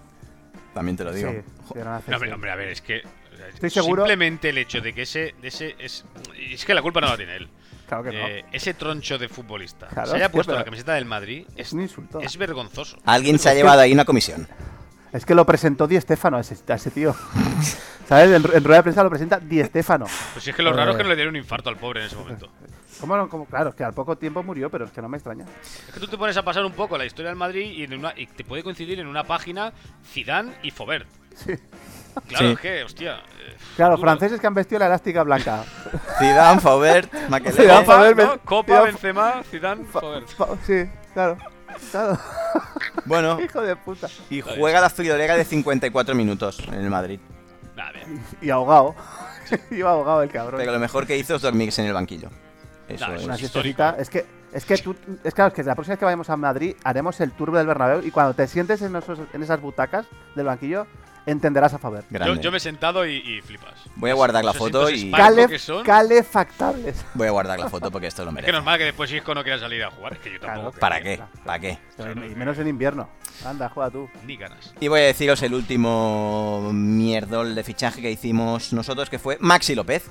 A: También te lo digo.
C: Sí,
A: Jo-
C: eran hace-
D: No, hombre, hombre, a ver, es que. o sea,
C: Estoy seguro-
D: Simplemente el hecho de que ese. de ese es, es que la culpa no la tiene él.
C: Claro que no.
D: Eh, ese troncho de futbolista
C: Claro,
D: se haya
C: tío,
D: puesto
C: pero-
D: la camiseta del Madrid
C: Es
D: es,
C: un insulto.
D: es vergonzoso.
A: Alguien se ha
C: Es que-
A: llevado ahí una comisión.
C: Es que lo presentó Di Stefano a ese, a ese tío. ¿Sabes? En, en rueda de prensa lo presenta Di Stefano.
D: Pues si es que lo raro es que
C: Eh.
D: no le dieron un infarto al pobre en ese momento.
C: ¿Cómo, no- cómo? Claro, es que al poco tiempo murió, pero es que no me extraña.
D: Es que tú te pones a pasar un poco la historia del Madrid y, en una- y te puede coincidir en una página Zidane y Fobert.
C: Sí.
D: Claro,
A: Sí.
D: es que, hostia. eh,
C: Claro,
D: duro.
C: franceses que han vestido la elástica blanca.
A: Zidane, Faubert, Makelele.
C: Zidane,
D: Copa,
C: Fobert,
D: ¿no?
C: Ben-
D: Copa,
C: Zidane-
D: Benzema, Zidane, Fobert.
C: Fa- sí, claro. Claro.
A: Bueno,
C: Hijo de puta.
A: y juega la friolera de 54 minutos en el Madrid.
D: Nada, bien.
C: Y ahogado. Iba ahogado el cabrón.
A: Pero lo mejor que hizo es dormirse en el banquillo. Eso
D: Nah,
A: es.
D: eso
C: una
D: es
C: siestecita.
D: Pues histórico.
C: Es que, es que tú, es claro, es que la próxima vez que vayamos a Madrid haremos el tour del Bernabéu y cuando te sientes en, esos- en esas butacas del banquillo, entenderás a Faber.
D: Yo,
A: Grande.
D: yo me he sentado y, y flipas.
A: Voy a guardar la
D: Esos
A: foto
D: hitos
A: y
D: hispanos
C: Calef-
D: que son-
C: calefactables.
A: voy a guardar la foto porque esto lo
D: Es que
A: merece.
D: normal que después Isco no quiera salir a jugar. Es que yo tampoco.
C: Claro.
A: ¿Para qué? ¿Para qué?
D: Claro.
C: Y menos en invierno. Anda, juega tú.
D: Ni ganas.
A: Y voy a deciros el último mierdol de fichaje que hicimos nosotros, que fue Maxi López.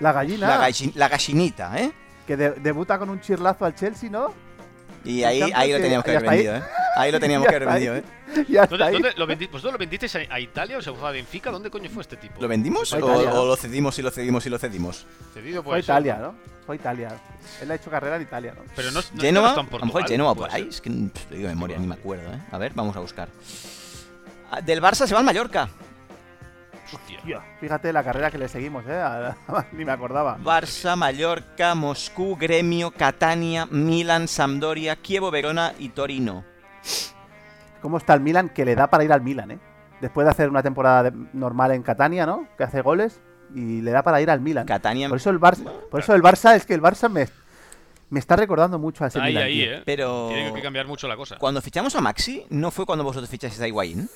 C: La gallina,
A: La, galli- la gallinita, ¿eh?
C: que de- debuta con un chirlazo al Chelsea, ¿no?
A: Y ahí,
C: encanta
A: ahí lo
C: que-
A: teníamos que
C: ya
A: haber
C: está ahí.
A: vendido, ¿eh? Ahí lo teníamos
C: Ya
A: que haber
C: está
A: vendido,
C: ahí.
A: ¿eh?
C: Y hasta
D: ¿Dónde,
C: ahí.
D: dónde lo vendi- ¿Vosotros lo vendisteis a, a Italia o se fue a Benfica? ¿Dónde coño fue este tipo?
A: ¿Lo vendimos
C: Ahí
A: o,
C: está, ya.
A: o lo cedimos y lo cedimos y lo cedimos?
D: Cedido
C: Fue a
D: puede ser.
C: Italia, ¿no? Fue a Italia. Él ha hecho carrera en Italia, ¿no?
D: Pero no, no,
A: Génova,
D: no
A: a
D: está en
A: lo mejor
D: Portugal,
A: Génova por
D: puede ser.
A: ahí, es que mm, pff, lo digo de memoria, ni me acuerdo, ¿eh? A ver, vamos a buscar. Ah, Del Barça se va al Mallorca.
D: Hostia.
C: Tío, fíjate la carrera que le seguimos, ¿eh? A- Ni me acordaba.
A: Barça, Mallorca, Moscú, Gremio, Catania, Milan, Sampdoria, Kievo, Verona y Torino.
C: ¿Cómo está el Milan? Que le da para ir al Milan, ¿eh? Después de hacer una temporada de- normal en Catania, ¿no? Que hace goles y le da para ir al Milan.
A: Catania,
C: Por eso el Barça, por eso el Barça es que el Barça me, me está recordando mucho a ese
D: Está ahí,
C: Milan.
D: ahí,
C: tío.
D: ¿eh?
A: pero...
D: Tiene que cambiar mucho la cosa.
A: Cuando fichamos a Maxi, ¿no fue cuando vosotros fichasteis a Higuaín?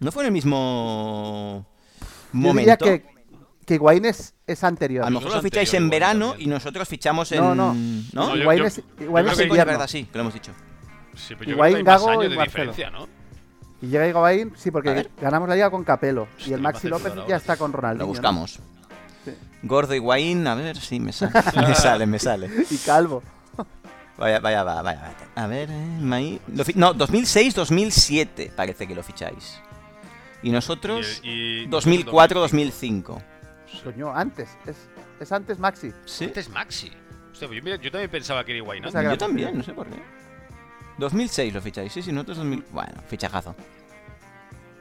A: ¿No fue en el mismo
C: Yo
A: momento?
C: diría que, que Higuaín es, es anterior.
A: A lo mejor
D: Nosotros
A: lo ficháis
D: anterior
A: en
D: igual
A: verano
D: también.
A: y nosotros fichamos en...
C: No, no.
A: ¿No?
D: No, yo-
C: Higuaín es, Higuaín
A: Ah, sí,
C: es
D: yo creo que
A: es
C: invierno.
A: verdad, sí, que lo hemos dicho.
D: Sí, pero yo creo
C: Higuaín,
D: que hay más
C: Gago
D: años
C: y
D: de
C: Marcelo.
D: diferencia, ¿no?
C: Y llega Higuaín, sí,
A: A
C: porque
A: ver.
C: ganamos la liga con Capelo. y
D: Hostia,
C: el Maxi
D: me hace
C: López
D: dudar
C: ya
D: ahora. eh.
C: está con Ronaldinho.
A: Lo
C: ¿no?
A: buscamos.
C: Sí.
A: Gordo Higuaín, a ver, sí, me sale, me sale, me sale.
C: Y Calvo.
A: Vaya, vaya, va, vaya, vaya. A ver, eh, Maí... lo fi- No, 2006-2007 parece que lo ficháis. Y nosotros,
D: Y- y-
A: 2004-2005.
C: Coño, antes. Es, es antes Maxi.
A: Sí,
D: Este es Maxi. Hostia, pues yo, mira, yo también pensaba que era Higuaín
C: O
D: antes.
C: sea, que
A: yo
C: la-
A: también, no sé por qué. 2006 lo ficháis, sí, sí, nosotros 2000... Bueno, fichajazo.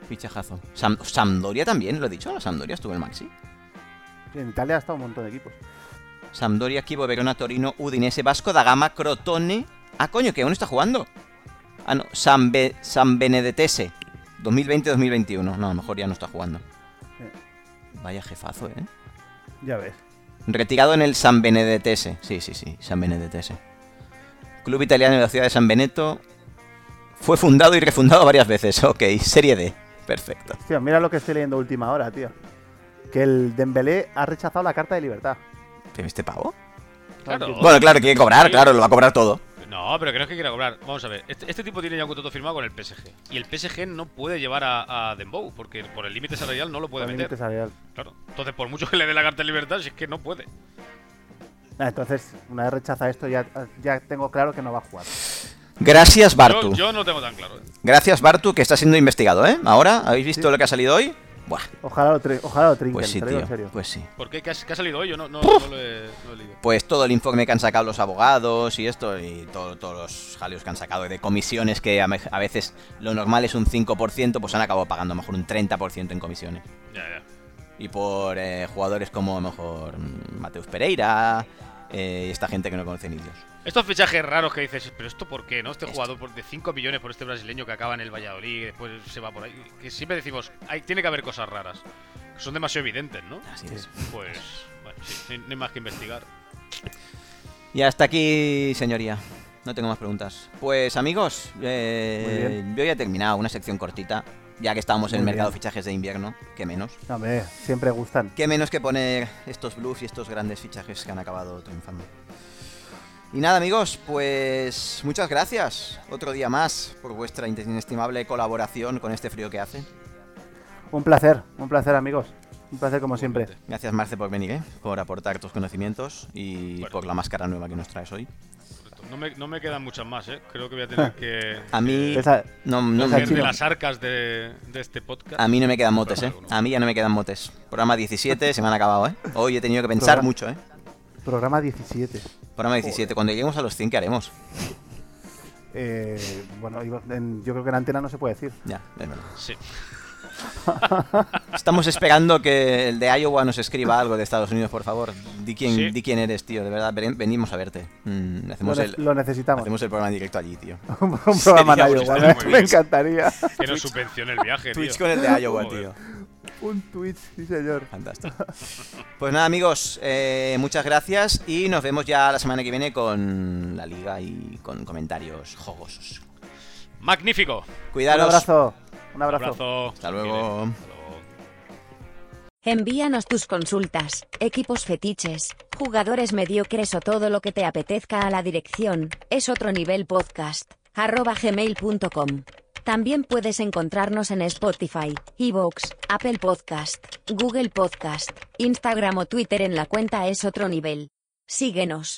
A: Fichajazo. Sam- Sampdoria también, lo he dicho, la Sampdoria estuvo el Maxi.
C: En Italia ha estado un montón de equipos.
A: Sampdoria, Kievo, Verona, Torino, Udinese, Vasco da Gama, Crotone. Ah, coño, que aún está jugando. Ah, no, San, Be- San Benedetese. 2020-2021. No, a lo mejor ya no está jugando.
C: Eh.
A: Vaya jefazo, ¿eh?
C: Ya ves.
A: Retirado en el San Benedetese. Sí, sí, sí, San Benedetese. Club italiano de la ciudad de San Beneto. Fue fundado y refundado varias veces. Ok, serie D. Perfecto.
C: Tío, mira lo que estoy leyendo última hora, tío. Que el Dembélé ha rechazado la carta de libertad.
A: ¿Tiene este pavo?
D: Claro.
A: Bueno, claro, quiere cobrar,
D: Oh, Sí.
A: claro, lo va a cobrar todo.
D: No, pero creo que quiera cobrar. Vamos a ver, este, este tipo tiene ya un contrato firmado con el PSG. Y el PSG no puede llevar a, a Dembow, porque por el límite salarial no lo puede
C: Con
D: meter.
C: límite salarial.
D: Claro. Entonces, por mucho que le dé la carta de libertad, si es que no puede.
C: Nah, Ah, entonces, una vez rechaza esto, ya, ya tengo claro que no va a jugar.
A: Gracias, Bartu.
D: Yo, yo no tengo tan claro. ¿eh?
A: Gracias, Bartu, que está siendo investigado, ¿eh? Ahora, ¿habéis visto lo que ha salido hoy? Buah,
C: Ojalá lo, tri- ojalá lo trinquen,
A: pues sí,
C: te lo digo
A: tío.
C: en serio.
A: Pues sí.
D: ¿Por qué? ¿Qué ha, qué ha salido hoy? Yo no, no, no lo he, no lo he leído.
A: Pues todo el informe que han sacado los abogados y esto, y todo- todos los jaleos que han sacado de comisiones, que a, me- a veces lo normal es un 5%, pues han acabado pagando a lo mejor un 30% en comisiones.
D: Ya, ya.
A: Y por eh, jugadores como a lo mejor mm, Mateus Pereira, eh, y esta gente que no conocen ni Dios.
D: Estos fichajes raros que dices, pero esto por qué, ¿no? Este
A: Esto.
D: jugador por- de 5 millones por este brasileño que acaba en el Valladolid y después se va por ahí. Que siempre decimos, hay, tiene que haber cosas raras. que Son demasiado evidentes, ¿no?
A: Así
C: Sí.
A: es.
D: Pues, bueno, sí, no hay- no hay más que investigar.
A: Y hasta aquí, señoría. No tengo más preguntas. Pues amigos, eh,
C: Muy bien.
A: yo ya he terminado una sección cortita, ya que estábamos en el
C: Muy
A: mercado de
C: bien.
A: fichajes de invierno, que menos.
C: No, hombre, siempre gustan.
A: Qué menos que poner estos blues y estos grandes fichajes que han acabado triunfando. Y nada amigos, pues muchas gracias otro día más por vuestra inestimable colaboración con este frío que hace.
C: Un placer, un placer, amigos. Un placer como siempre.
A: Gracias Marce por venir, ¿eh? por aportar tus conocimientos y
D: Bueno.
A: por la máscara nueva que nos traes hoy.
D: Correcto. No me, no me quedan muchas más, ¿eh? Creo que voy a tener que.
A: A mí...
D: Eh,
C: Esa-
A: No, no,
C: Esa
D: coger de
C: chino.
D: las arcas de, de este podcast.
A: A mí no me quedan motes, ¿eh?
D: Alguno.
A: A mí ya no me quedan motes. Programa 17, se me han acabado, ¿eh? Hoy he tenido que pensar
C: Programa-
A: mucho, ¿eh?
C: Programa 17.
A: Programa 17. Cuando lleguemos a los 100, ¿qué haremos?
C: Eh, bueno, iba- en- yo creo que en antena no se puede decir.
A: Ya, es verdad.
D: Sí.
A: Estamos esperando que el de Iowa nos escriba algo de Estados Unidos, por favor. Di quién,
D: Sí.
A: di quién eres, tío. De verdad, ven- venimos a verte. Mm,
C: Lo,
A: hacemos,
C: ne-
A: el,
C: lo necesitamos.
A: hacemos el programa en directo allí, tío.
D: Oh,
C: un un programa en
A: Sería
C: Iowa,
D: bueno,
C: me,
D: muy
C: me
D: bien.
C: encantaría.
D: Que nos subvencione el viaje, tío.
A: Twitch con el de Iowa,
D: Joder.
A: tío.
C: un Twitch, sí señor.
A: Fantástico. Pues nada, amigos, eh, muchas gracias y nos vemos ya la semana que viene con la liga y con comentarios jugosos.
D: Magnífico.
A: Cuidaros.
C: Un abrazo. Un abrazo.
D: abrazo.
A: Hasta luego.
D: Hasta luego.
B: Envíanos tus consultas, equipos fetiches, jugadores mediocres o todo lo que te apetezca a la dirección es otro nivel podcast arroba gmail.com. También puedes encontrarnos en Spotify, Evox, Apple Podcast, Google Podcast, Instagram o Twitter en la cuenta es otro nivel. Síguenos.